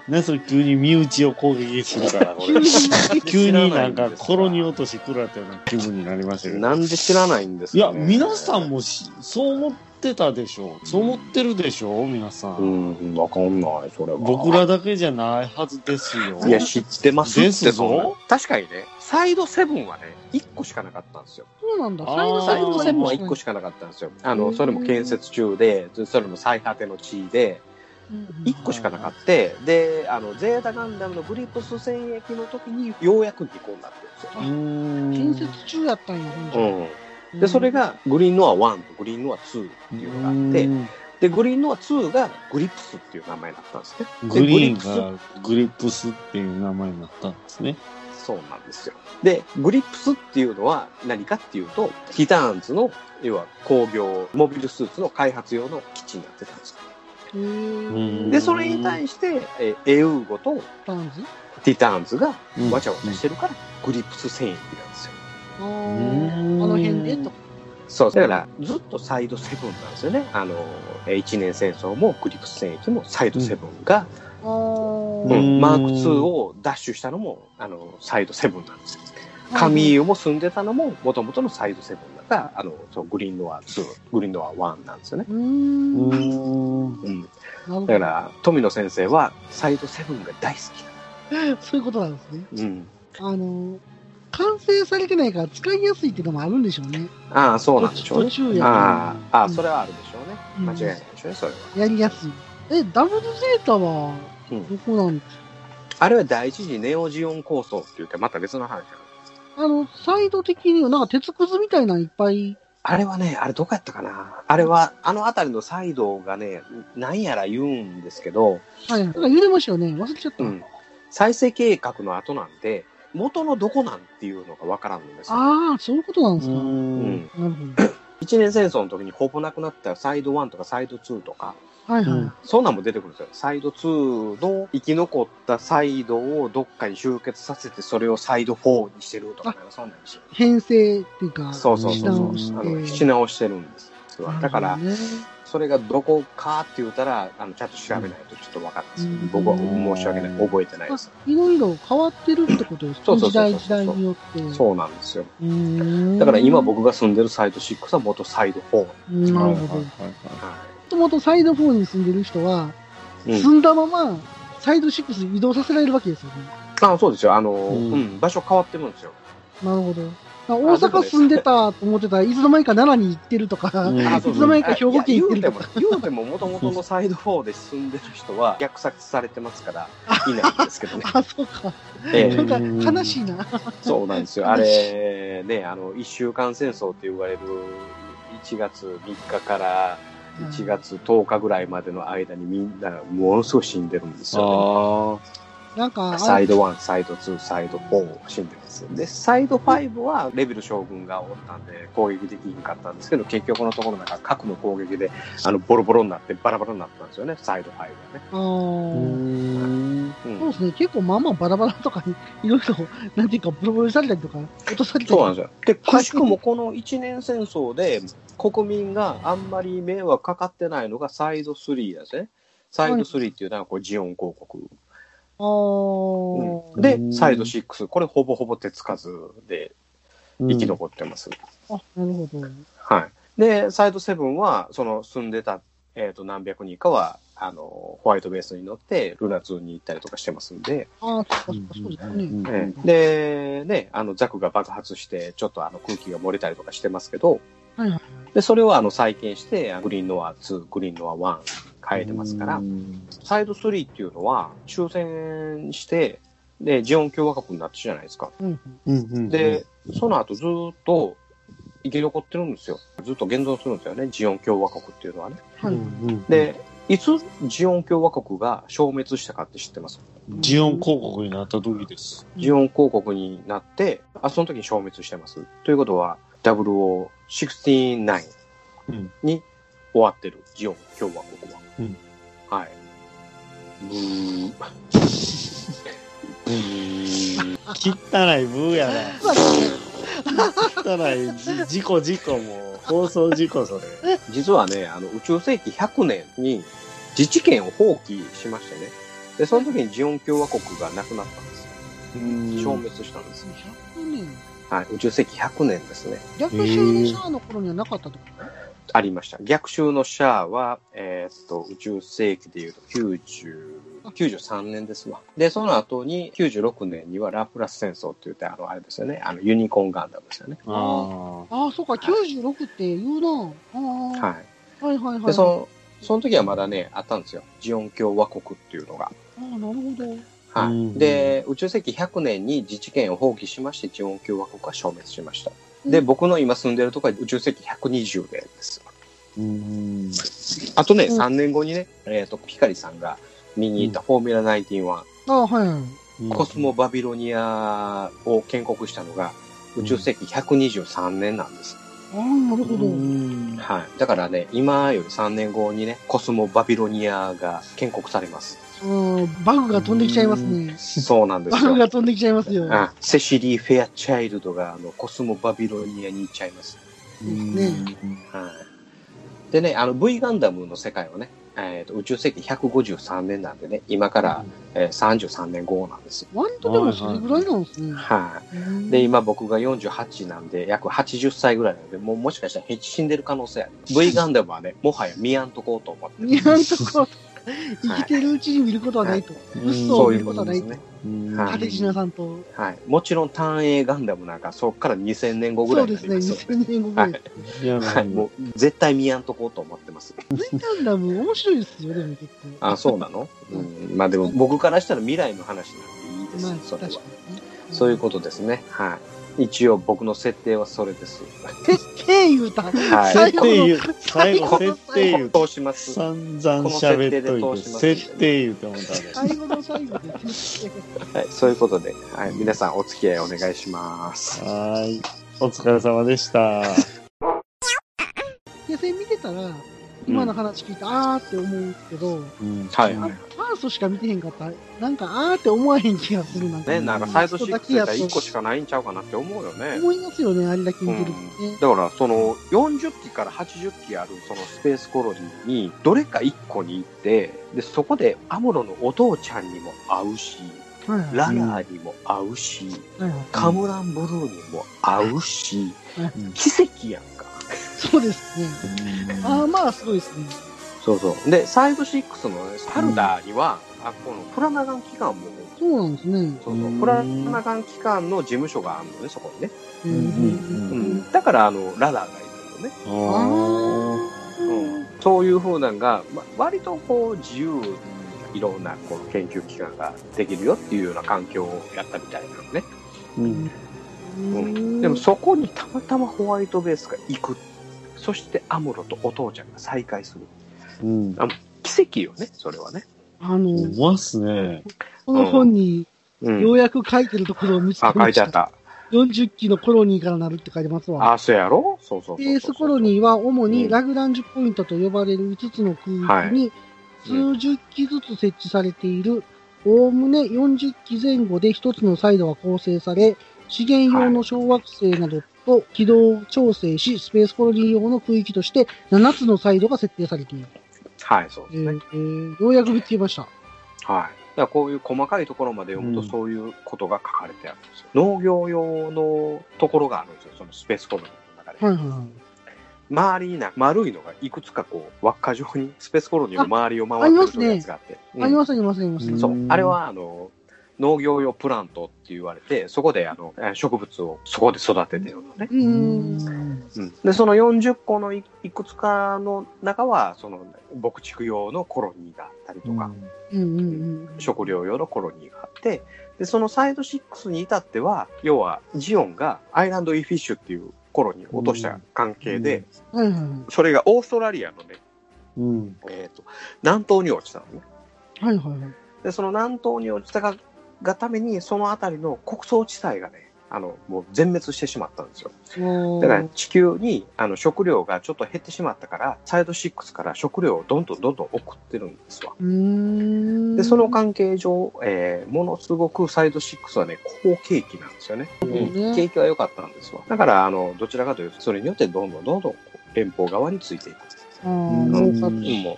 S1: ね、それ急に身内を攻撃する から、俺 急になんか、コロニ落とし食らったような気分になりましたけど。
S3: なんで知らないんです
S1: いや、
S3: かね、
S1: 皆さんもしそう思ってたでしょう。そう思ってるでしょう、皆さ。
S3: うんん、わかんない、それは。
S1: 僕らだけじゃないはずですよ。
S3: いや、知ってますって
S1: です
S3: そんな
S1: ぞ
S3: 確かにね、サイドセブンはね、1個しかなかったんですよ。
S2: そうなんだ。
S1: あー
S3: サイ
S1: ド
S3: ドセ
S1: セ
S3: ブン
S1: ブ
S3: は1個
S2: し
S3: しかなかったんですよ。あ
S2: う
S3: の、
S2: ん
S3: それも建設中で、それも最果ての地位で、1個しかなかった。で、あの、ゼータガンダムのグリップス戦役の時に、ようやく2個になってるんですよ。
S1: うーん
S2: 建設中やったんや、ほんじゃ
S3: うん、でそれ、がグリーンノア1とグリーンノア2っていうのがあって
S1: うん
S3: でグリーンノア2がグリップスっていう名前だったんですねで
S1: グリー
S3: グリップ
S1: ンがグリップスっていう名前になったんですね。
S3: スそうなんですよでグリップスっていうのは何かっていうとティターンズの要は工業モビルスーツの開発用の基地になってたんですよ
S2: へー
S1: うん
S3: でそれに対してえーエウーゴと
S2: ターンズ
S3: ティターンズが
S1: うん
S3: わちゃわちゃしてるからグリップス戦役なんですよ
S2: あ
S1: うん
S2: ーあの辺でとか。
S3: そうだからずっとサイドセブンなんですよねあのえー一年戦争もグリップス戦役もサイドセブンが、
S2: あー
S3: うん
S1: うん
S3: マーク2をダッシュしたのもあのサイド7なんですよ。上湯も住んでたのも、もともとのサイドセブンだから、あの、そう、グリーンドア2、グリーンドア1なんですよね。
S2: うーん。なる
S1: うん。
S3: うん。
S2: ほど
S3: だから、富野先生は、サイドセブンが大好
S2: そういうことなんですね。
S3: き。うん。
S2: あの、完成されてないから使いやすいっていうのもあるんでしょうね。
S3: ああ、そうなんでしょう
S2: 途
S3: ね。
S2: 中や
S3: あ
S2: か
S3: あ、あ
S2: う
S3: あ、
S2: ん
S3: それはあるでしょうね。
S2: うん
S3: 間違いないでしょうね、それは。
S2: らやりやすい。え、ダブルゼータは
S3: うん
S2: どこなん
S3: あれは第一次ネオジオン構想って言って、また別の話なんです
S2: あの、サイド的にはなんか鉄くずみたいなのいっぱい、
S3: あれはね、あれどこやったかなあれは、あの辺りのサイドがね、なんやら言うんですけど、
S2: はい、なんか揺れましたよね。忘れちゃった。
S3: うん再生計画の後なんで、元のどこなんていうのがわからんんですよ。
S2: ああ、そういうことなんですか。
S3: う
S1: うん。
S3: ん。
S2: なるほど。
S3: 一年戦争の時にほぼなくなったサイド1とかサイド2とか、
S2: はいはい。
S1: うん
S3: そんなんも出てくるんですよ。サイド2の生き残ったサイドをどっかに集結させて、それをサイド4にしてるとかね、そうなんですよ。
S2: 編成っていうか、
S3: そうそうそうそう。
S2: し
S3: あ
S2: 直し
S3: の、
S2: て
S3: 引き直してるんですよ。だか
S2: な、
S3: ら
S2: るほどね
S3: それがどこかって言ったら、あの、ちゃんと調べないとちょっと分かんないです。
S2: うん
S3: 僕は申し訳ない。覚えてないです。
S2: いろいろ変わってるってことです
S3: そう
S2: ね。
S3: そ
S2: 時
S3: うそうそう
S2: 代時代によって。
S3: そうなんですよ。
S2: うーん
S3: だから今、僕が住んでるサイド6は元サイド4。
S2: うんな
S1: は
S2: る
S1: いはい
S2: ほど。
S1: は
S2: も
S1: い
S2: ともとサイド4に住んでる人は、
S3: うん
S2: 住んだまま、サイド6に移動させられるわけですよね。
S3: あそうですよ。あの、
S1: うん
S3: うん、場所変わってるんですよ。
S2: なるほど。大阪住んでたと思ってたらいつの間にか奈良に行ってるとか、
S1: うん
S3: あ
S2: いつの間にか兵庫県行って
S3: いや
S2: るとか。
S3: 言うても、もともとのサイド4で住んでる 人は虐殺されてますから、いないんですけどね
S2: 。あ、そうか。
S3: え
S1: う
S3: え
S1: ん
S2: なんか悲しいな。
S3: そうなんですよ。あれ、ね、あの、一週間戦争って言われる1月3日から1月10日ぐらいまでの間にみんなものすごい死んでるんですよ、
S1: あ
S2: なんか、あ
S3: サイド1、サイド2、サイド4死んでます。で、サイド5はレベル将軍がおったんで攻撃できなかったんですけど、結局のところなんか核の攻撃であのボロボロになってバラバラになったんですよね、サイド5はね。
S2: あ
S1: あ。
S2: ー
S1: ん。
S3: うん
S2: そうですね、結構まあまあバラバラとかに、いろいろ、なんていうか、ボロボロにされたりとか、落とされたり
S3: そうなん
S2: と
S3: で
S2: か、
S3: すよ。で、くしくもこの一年戦争で、国民があんまり迷惑かかってないのがサイド3なんですね。サイド3っていうのはこれジオン広告。
S2: あー
S3: うんで、サイド6、これほぼほぼ手つかずで生き残ってます。
S2: あ、なるほど。
S3: はい。で、サイド7は、その住んでた、えっ、と、何百人かは、あの、ホワイトベースに乗って、ルナ2に行ったりとかしてますんで、
S2: ああ、そうか、そうですね。
S3: ええで、ね、あの、ザクが爆発して、ちょっとあの空気が漏れたりとかしてますけど、
S2: はいはい
S3: で、それをあの再建して、あのグリーンノア2、グリーンノア1変えてますから、サイド3っていうのは、抽選して、で、ジオン共和国になったじゃないですか。
S2: うん。
S1: うん。
S3: で、その後ずーっと生き残ってるんですよ。ずっと現存するんですよね、ジオン共和国っていうのはね。
S2: はい。
S3: で、いつジオン共和国が消滅したかって知ってます
S1: ジオン広告になった時です。
S3: ジオン広告になって、あその時に消滅してます。ということは、0069
S1: うん
S3: に終わってる、ジオン共和国は。
S1: うん
S3: はい。ブー。ブー。
S1: 汚いブーやな。
S2: そうですね
S1: 汚い。事故事故もう。放送事故それ。
S3: 実はね、あの、宇宙世紀100年に自治権を放棄しましてね。で、その時にジオン共和国がなくなったんですよ。消滅したんですよ。
S2: 100年。
S3: はい。宇宙世紀100年ですね。
S2: 逆襲シャアの頃にはなかったとか。
S3: ありました。逆襲のシャアは、えーっと、宇宙世紀でいうと90、93年ですわ。で、その後に96年にはラプラス戦争って言って、あの、あれですよね、あの、ユニコーンガンダムですよね。
S1: ああ。
S2: ああ、そうか、96って言うな。ああ、
S3: は
S2: はいはいは
S3: い。で、
S2: い。
S3: そ
S2: あ
S3: の、その時はまだね、あったんですよ。ジオン共和国っていうのが。
S2: あ、なるほど。
S3: は
S1: うん
S3: い。で、宇宙世紀100年に自治権を放棄しまして、ジオン共和国は消滅しました。で、僕の今住んでるとこは宇宙世紀120年です。
S1: うん。
S3: あとね、
S2: うん
S3: 3年後にね、えーっと、ピカリさんが見に行ったフォーミュラ19は、
S2: ああ、はいはい。
S3: コスモバビロニアを建国したのが宇宙世紀123年なんです。
S2: ああ、なるほど。
S1: うん。
S3: はい。だからね、今より3年後にね、コスモバビロニアが建国されます。
S2: うん、バグが飛んできちゃいますね。
S3: そうなんで
S2: バ
S3: す
S2: グ
S3: よ
S2: が。飛んできちゃいますよ。
S3: あセシリー・フェアチャイルドがあのコスモバビロニアに行っちゃいます。
S2: ね
S3: はい。でね、あの V ガンダムの世界はね、えーと宇宙世紀153年なんでね、今から、えー33年後なんですよ。
S2: 割とでもそれぐらいなんですね。
S3: は
S2: うん
S3: い。で、今僕が48なんで、約80歳ぐらいなんで、もうもしかしたら死んでる可能性ある。V ガンダムはね、もはや見やんとこうと思って。
S2: いやんとこ、生きてるうちに見ることはないと。
S1: うん
S2: 嘘
S3: そ
S2: を
S3: う
S2: 見
S3: いう
S2: る
S3: こ
S2: こととはな
S3: です
S2: い
S3: ね
S2: と。。
S1: うん
S3: はい
S2: 蓼科さんと。
S3: はい。もちろん、単影ガンダムなんか、そっから2000年後ぐ
S2: そ
S3: らいうに
S2: で
S3: な
S2: す
S3: り
S2: ね、
S3: ます
S2: 2000
S3: よね。
S2: 年後ぐらいです。
S1: いや、
S3: はい。もう、絶対見やんとこうと思ってます。
S2: V ガンダム面白いですよ、でも結構。
S3: あ、そうなのうん。まあでも、僕からしたら未来の話なんでいいです
S2: まあ
S3: よ、、そ
S2: 確
S3: れ
S2: か
S3: は
S2: に。。
S3: そういうことですね。はい。一応、僕の設定はそれです。
S2: と。設定言うた。
S3: はい
S2: 最
S1: 設
S2: 後
S1: 定
S2: の
S1: 言う、最後設定 言う
S3: 通します。
S1: 散々喋っといて、設定言うてもダメ。
S2: 最後の最後で設定。
S3: はい、そういうことで、はい、皆さんお付き合いお願いします。
S1: はーい。お疲れ様でした。
S2: で、それ見てたら、今の話聞いて、あーって思うけ
S1: う
S2: ど、
S1: ん
S3: はい
S2: あファーストしか見てへんかった。なんか、あーって思わへん気がするなんか。
S3: ね、なんかサイドシックスが
S2: と
S3: 1個しかないんちゃうかなって思うよね。
S2: 思いますよね、あれだけ
S3: う
S2: 見てると
S3: ん
S2: ね。
S3: だから、その40機から80機あるそのスペースコロニーに、どれか1個に行って、で、そこでアムロのお父ちゃんにも会うし、
S2: はいはい
S3: ララーにも会うし、
S2: はいはい
S3: カムランブルーにも会うし
S1: うん、
S3: 奇跡やんか。
S2: そうですね。あーまあ、すごいですね。
S3: そうそう。で、サイドシックスのねサルダーには、あこのプラナガン機関も
S2: そうなんですね。
S3: そうそうう、
S1: ん
S3: プラナガン機関の事務所があるのね、そこにね。
S2: う
S1: うん
S2: ん
S1: う
S3: うんん、だから、あの、ラダーがいるのね。
S1: あ
S3: うん、そういう風なんが、ま、割とこう、自由にいろんなこの研究機関ができるよっていうような環境をやったみたいなのね。
S1: ーうん
S2: うん
S3: でも、そこにたまたまホワイトベースが行く。そして、アムロとお父ちゃんが再会する。
S1: うん。
S3: 奇跡よね、それはね。
S2: あ
S1: う
S2: の、
S1: まっすね。
S2: この本に
S3: う
S2: よ
S3: ん。
S2: うやく書いてるところを見つけ
S3: あ、書
S2: ま
S3: い
S2: して
S3: あった。
S2: 40期のコロニーからなるって書いてますわ。
S3: あ、そうやろそうそうそうそう。
S2: スペースコロニーは主
S3: う
S2: に
S3: ん
S2: ラグランジュポイントと呼ばれる5つの空域に数十機ずつ設置されている、おおむね40機前後で1つのサイドが構成され、資源用の小惑星などと軌道を調整し、スペースコロニー用の空域として7つのサイドが設定されている。
S3: はい、そうですね。
S2: えーようやく見つけました。
S3: はい。だからこういう細かいところまで読むと、
S1: うん
S3: そういうことが書かれてあるんですよ。農業用のところがあるんですよ、そのスペースコロニーの中で。
S2: はいはいはい。
S3: 周りにな、丸いのがいくつかこう、輪っか状に、スペースコロニーの周りを回
S2: ああり
S3: っ
S2: ま
S3: て
S2: す
S3: る
S2: ね
S3: ようなやつがあって。うん
S2: ありますありますあります。
S1: うん
S3: そう。あれは、あの、農業用プラントって言われて、そこで、あの、えー植物をそこで育ててるのね。
S2: うーん。
S3: うん。で、その40個のいいくつかの中は、その、牧畜用のコロニーがあったりとか、
S2: うんうんうん。
S3: 食料用のコロニーがあって、で、そのサイド6に至っては、要はジオンがアイランドイフィッシュっていうコロニーを落とした関係で、
S2: はいはいは
S3: それがオーストラリアのね、
S1: うん。
S3: えっ、と、南東に落ちたのね。
S2: い。はいはいはい。
S3: で、その南東に落ちたががために、そのあたりの穀倉地帯がね、あの、もう全滅してしまったんですよ。
S2: おー
S3: だから地球にあの食料がちょっと減ってしまったから、サイド6から食料をどんどんどんどん送ってるんですわ。
S2: うーん。
S3: で、その関係上、えーものすごくサイド6はね、好景気なんですよね。
S2: なるほどね
S3: 景気は良かったんですわ。だから、あの、どちらかというと、それによってどんどんどんどんこう連邦側についていく。
S2: あーそうか
S1: うん
S3: もう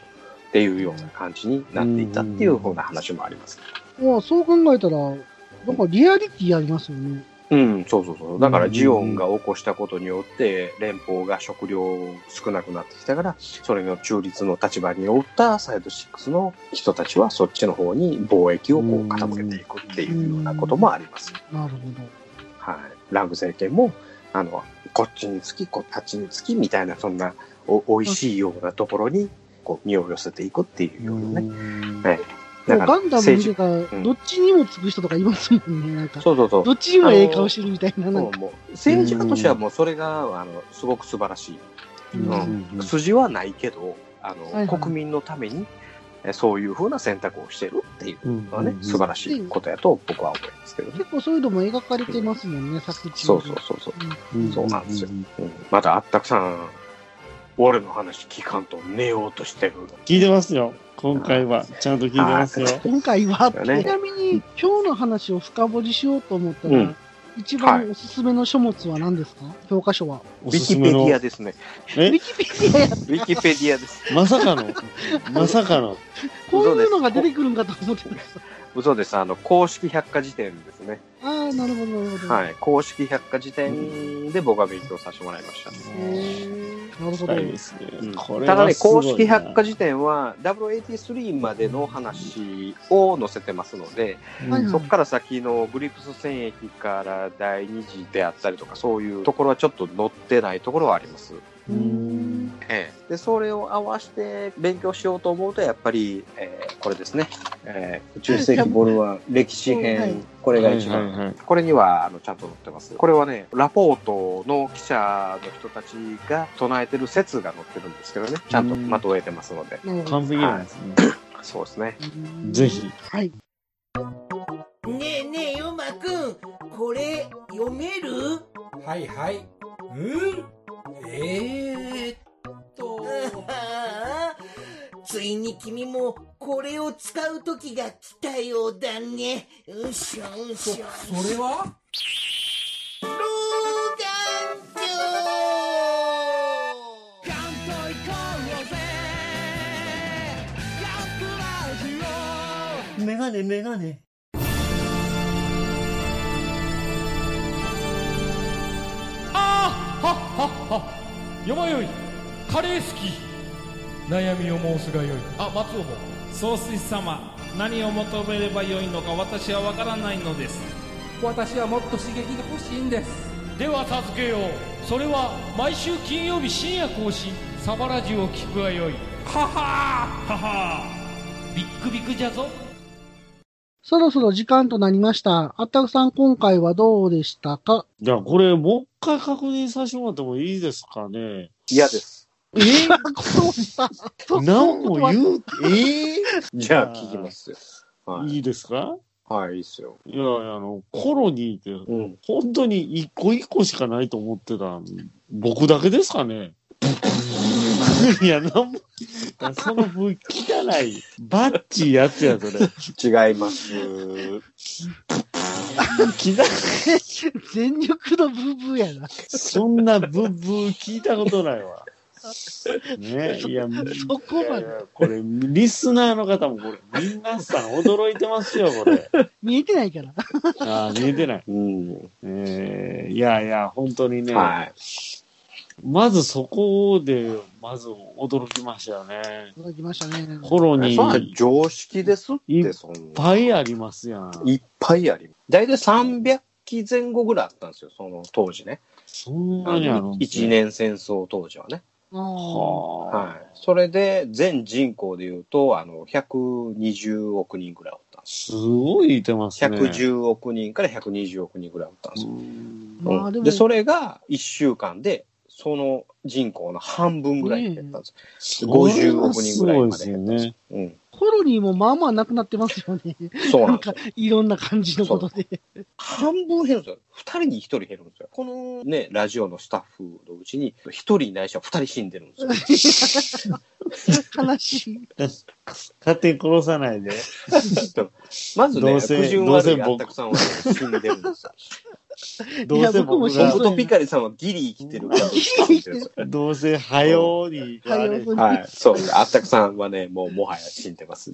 S3: っていうような感じになっていったっていうふうな話もあります。
S2: まあ、そう考えたら、なんかリアリティありますよね。
S3: うん、そうそうそう。だから、ジオンが起こしたことによって、連邦が食料少なくなってきたから、それの中立の立場におったサイド6の人たちは、そっちの方に貿易をこう傾けていくっていうようなこともあります。
S2: なるほ
S3: はい、ラング政権もあのこっちにつきこっちにつきみたいなそんなお美味しいようなところにこう身を寄せていくっていうようなね、はい、
S2: ど。
S3: だ
S2: も
S3: か
S2: うガ
S3: ら
S2: ンダム見て
S3: 政治
S2: たら、
S3: ん
S2: どっちにもつく人とかいますもんね。なんか、
S3: そうそうそう
S2: どっちにもええ顔してるみたいな、なん
S3: もう
S2: か。
S3: もう政治家としてはもうそれがあのすごく素晴らしい、
S2: うん
S3: 筋はないけどあの、
S2: はいはい
S3: 国民のためにえそういうふうな選択をしてるっていうのはね、
S1: うん
S3: 素晴らしいことやと僕は思いますけどね
S2: 結構そういうのも描かれてますもんね、作中
S3: そうそうそうそうそうなんですよ。うんまだあったくさん、俺の話聞かんと寝ようとしてる。
S1: 聞いてますよ。今回は、ちゃんと聞いてますよ。
S2: 今回は、
S3: だね
S2: ちなみに今日の話を深掘りしようと思ったら、
S3: うん
S2: 一番おすすめの書物は何ですか、教科書は。
S1: お
S3: ウ
S1: す
S3: ィキ
S1: す
S3: ペデ
S1: めの
S3: ィ、アですね。
S2: ウ
S1: え
S2: ィキペディアや、
S3: ウィキペディアです。
S1: まさかの、まさかの、
S2: こういうのが出てくるんかと思ってました。
S3: 嘘です。あの、公式百科事典ですね。
S2: ああ、なるほど、なるほど。
S3: はい。公式百科事典で僕は勉強させてもらいました。
S2: へーなるほど。
S1: はいですね
S3: うん。
S1: これ
S3: ただね、
S1: はすご
S3: 公
S1: い
S3: 式
S1: な
S3: 百科事典は WAT3 までの話を載せてますので、
S2: はい
S3: そこから先のグリプス戦役から第二次であったりとか、そういうところはちょっと載ってないところはあります。
S2: う
S1: うんん
S3: ええ、でそれを合わせて勉強しようと思うとやっぱり、えーこれですね、えー宇宙世紀ボルは歴史編、
S2: はい
S3: これが一
S1: はい
S3: 番、
S1: はいはい
S3: これにはあのちゃんと載ってますこれはねラポートの記者の人たちが唱えてる説が載ってるんですけどねちゃんとまとえてますので、
S2: なるほど
S1: 完璧なんですね。
S3: そうですね
S1: ぜひ。
S2: はい。
S8: ねえねえ、ヨマくん、これ、読める
S9: はいはい。うんえー、っと。
S8: ああ ついに君も、これを使う時が来たようだね。うしょう
S9: そ、
S8: しょ。
S9: それは
S8: 老眼鏡メガネメガネ。
S10: あーはっはっはよまよいカレー好き悩みを申すがよいあ松尾も
S11: 総帥様何を求めればよいのか私はわからないのです
S10: 私はもっと刺激が欲しいんですでは授けようそれは毎週金曜日深夜更新サバラジュを聞くがよいははーははービックビックじゃぞ
S2: そろそろ時間となりました。あったくさん、今回はどうでしたか
S1: じゃあ、これ、もう一回確認させてもらってもいいですかね。
S3: 嫌です
S1: えー、
S2: そうさ、
S1: なお言う、え
S3: じゃあ聞きますよ
S1: ー、
S3: はい
S1: いいですか
S3: はい、いいですよ、
S1: いや、あの、コロニーって、
S3: うん、
S1: 本当に一個一個しかないと思ってたん僕だけですかね。 いや、なんも、その分、汚い、バッチいやつや、それ。
S3: 違います
S1: 聞いた、
S2: 全力のブーブーやな。
S1: そんなブッブー聞いたことないわ。ねいや、
S2: そこまで
S1: これ、リスナーの方もこれ、みんなさん驚いてますよ、これ。
S2: 見えてないから。
S1: ああ、見えてない。
S3: うん、
S1: えーいやいや、本当にね、
S3: はい
S1: まずそこで、まず驚きましたよね。
S2: 届きましたね。
S1: コロニ
S3: そんな
S1: ー、いっ
S3: 常識ですってそんな
S1: ぱいありますやん。
S3: いっぱいあります。大体300期前後ぐらいあったんですよ、その当時ね。
S1: そんなにあるんですね
S3: ?1。年戦争当時はね。
S2: あ
S1: はあ。
S3: はい。それで、全人口で言うと、あの、120億人ぐらいおったんです。
S1: すごいいてますね。
S3: 110億人から120億人ぐらいおったんですよ。
S1: うん
S2: まあ
S3: うん
S2: でも
S3: で、それが1週間で、その人口の半分ぐらいに減ったんです。50億人ぐらいまで減ったんです。うん。
S2: コロニーもまあまあなくなってますよね。
S3: そう
S2: な
S3: なん
S2: ん
S3: です
S2: か
S3: よ。、
S2: いろんな感じのことで。
S3: 半分減るんですよ。二人に一人減るんですよ。このね、ラジオのスタッフのうちに、一人ないしは二人死んでるんですよ。
S2: 悲しい。
S1: 勝手に殺さないで。
S3: まず
S1: ど
S3: ね、
S1: うせ
S3: 苦渋
S1: どう
S3: 悪
S1: せ
S3: い
S1: 僕
S3: あったくさんはね死んでるんですよ。
S1: どうせ
S2: 僕も
S1: 僕
S2: 死ん
S1: が
S2: で
S3: 僕とピカリさんはギリ生きてるから。
S2: 生きてる
S1: どうせ、はように、
S2: は
S1: あ
S2: よ
S1: れ
S2: うに
S3: はい、そうです。あったくさん はね、もうもはや死んでます。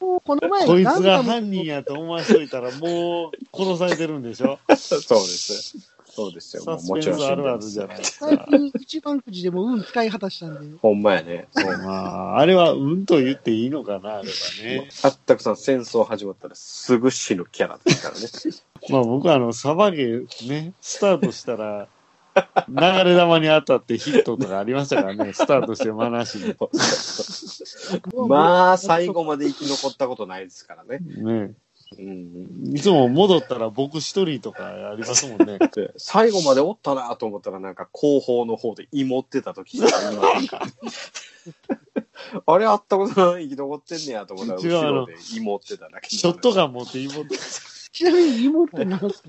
S2: もうこの前、
S1: こいつ
S2: ガ
S1: が
S2: ンダム
S1: 犯人やと思わしといたら、もう殺されてるんでしょ
S3: そうです。そうですよ。
S1: サ
S3: もう
S1: スペ
S3: も
S1: ン
S3: ち
S1: ス
S3: ろん死
S1: あ
S3: んで
S1: るあ
S3: ま
S1: るじ
S3: す
S1: ゃ。ないです
S2: 最
S1: か。
S2: 近一番くじでも運使い果たしたんで。
S3: ほんまやね。そう
S1: まあ、あれはうんと言っていいのかな、あれはね。
S3: あったくさん戦争始まったらすぐ死ぬキャラですからね。
S1: まあ僕はあの、サバゲーね、スタートしたら、流れ玉に当たってヒットとかありましたからね、スタートしてマナシに。
S3: まあ、最後まで生き残ったことないですからね。
S1: ね。
S3: うん、
S1: いつも戻ったら僕一人とかありますもんね。
S3: で最後までおったなと思ったらなんか後方の方で芋ってた時 あれあったことない生き残ってんねやと思ったら
S1: 違うあ
S3: 後
S1: の
S3: ろで芋ってただけ
S1: ショットガン持って妹。
S2: ちなみに妹って何すか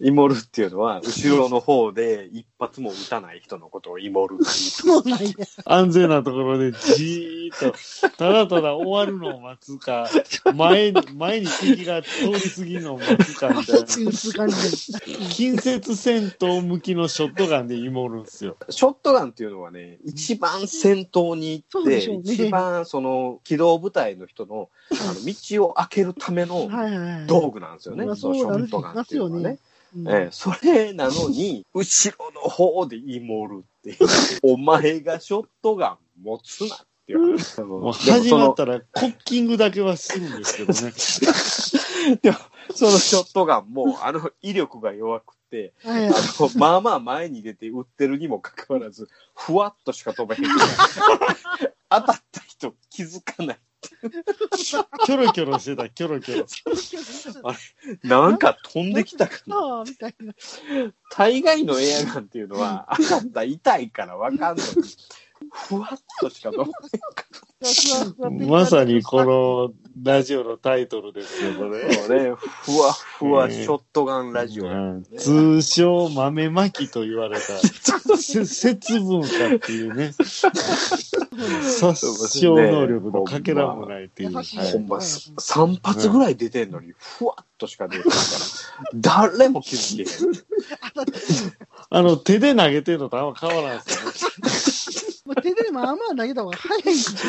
S3: イモルっていうのは、後ろの方で一発も撃たない人のことをイモルって言
S2: そうなんや。
S1: 安全なところでじーっと、ただただ終わるのを待つか、前に、前に敵が通り過ぎるのを待つかみ たいな。
S2: チンす感じで。
S1: 近接戦闘向きのショットガンで芋るんすよ。
S3: う。ショットガンっていうのはね、一番先頭に行
S2: そう
S3: って、
S2: でしょうね
S3: 一番その機動部隊の人のあの道を開けるため
S2: は
S3: の
S2: いはいはい。
S3: 道具なんですよね。
S2: まあ
S3: そのシ
S2: そうな
S3: ョ
S2: る
S3: ットガンっていうのはね。
S2: うん
S3: ええそれなのに、後ろの方でイモるっていう。お前がショットガン持つなっていう話。で
S1: もう
S3: も
S1: 始
S3: そ
S1: ま
S3: の
S1: っ、たらコッキングだけはするんですけどね。
S3: そのショットガンも、あの威力が弱くて、
S2: はいはい
S3: あの、 まあまあ前に出て撃ってるにもかかわらず、ふわっとしか飛べへ ん。当たった人気づかない。
S1: キョロキョロしてた、キョロキョロ。
S3: なんか飛んできたかな。
S2: ああ、みたいな。
S3: 大概のエアガンっていうのは、当たった痛いからわかんない。ふわっとしか飛ば
S1: まさにこのラジオのタイトルですよ、これ。
S3: そうね、ふわふわショットガンラジオ。
S1: うん通称豆まきと言われた、せ節分かっていうね、殺傷能力のかけらもないっていう。
S2: 優しい
S1: はい
S3: ほんま、3発ぐらい出てんのに、ふわっとしか出てないから、誰も気づけへん。
S1: あの、手で投げてるのとあんま変わらんすよね。
S2: もう手でまあまあ投げた方が早いんです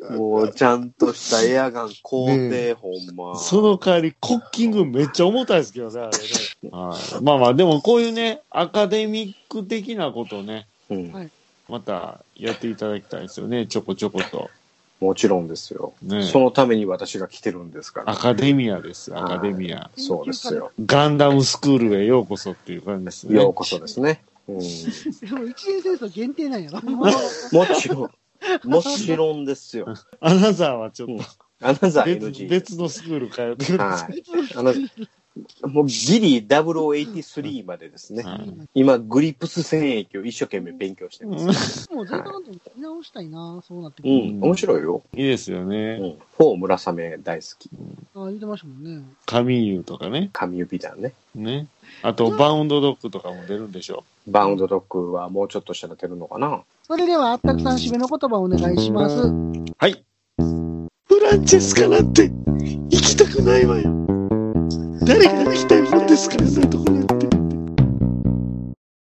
S2: よ。
S3: もう、ちゃんとしたエアガン工程、ほんま。
S1: その代わり、コッキングめっちゃ重たいですけどね、あれね。はいまあまあ、でもこういうね、アカデミック的なことね、
S3: うん
S1: またやっていただきたいですよね、ちょこちょこと。
S3: もちろんですよ。
S1: ね
S3: そのために私が来てるんですから。
S1: アカデミアです、アカデミア。
S3: そうですよ。
S1: ガンダムスクールへようこそっていう感じですね。
S3: ようこそですね。うん、
S2: でも一年生と限定なんやろ。
S3: もちろん、もちろんですよ。
S1: アナザーはちょっと
S3: アナザー
S1: 別
S3: NG。
S1: 別のスクール通ってくださ。
S3: はいい。あの、もうギリ0083までですね。今、グリップス戦役を一生懸命勉強してます。
S2: もう全然なんと見直したいな、そうなってく
S3: う
S2: る。
S3: ん、面白いよ。
S1: いいですよ
S3: う
S1: ね。
S3: ん。フォー村雨大好き。
S2: ああ、言ってましたもんね。
S1: カミーユとかね。
S3: 神指弾ね。
S1: ね。あと、バウンドドッグとかも出るんでしょ
S3: バウンドドッグはもうちょっとしたら出るのかな
S2: それでは、あったくさん締めの言葉をお願いします。
S1: はい。
S12: フランチェスカなんて行きたくないわよ。誰が行きたいもんですから、そういうところに。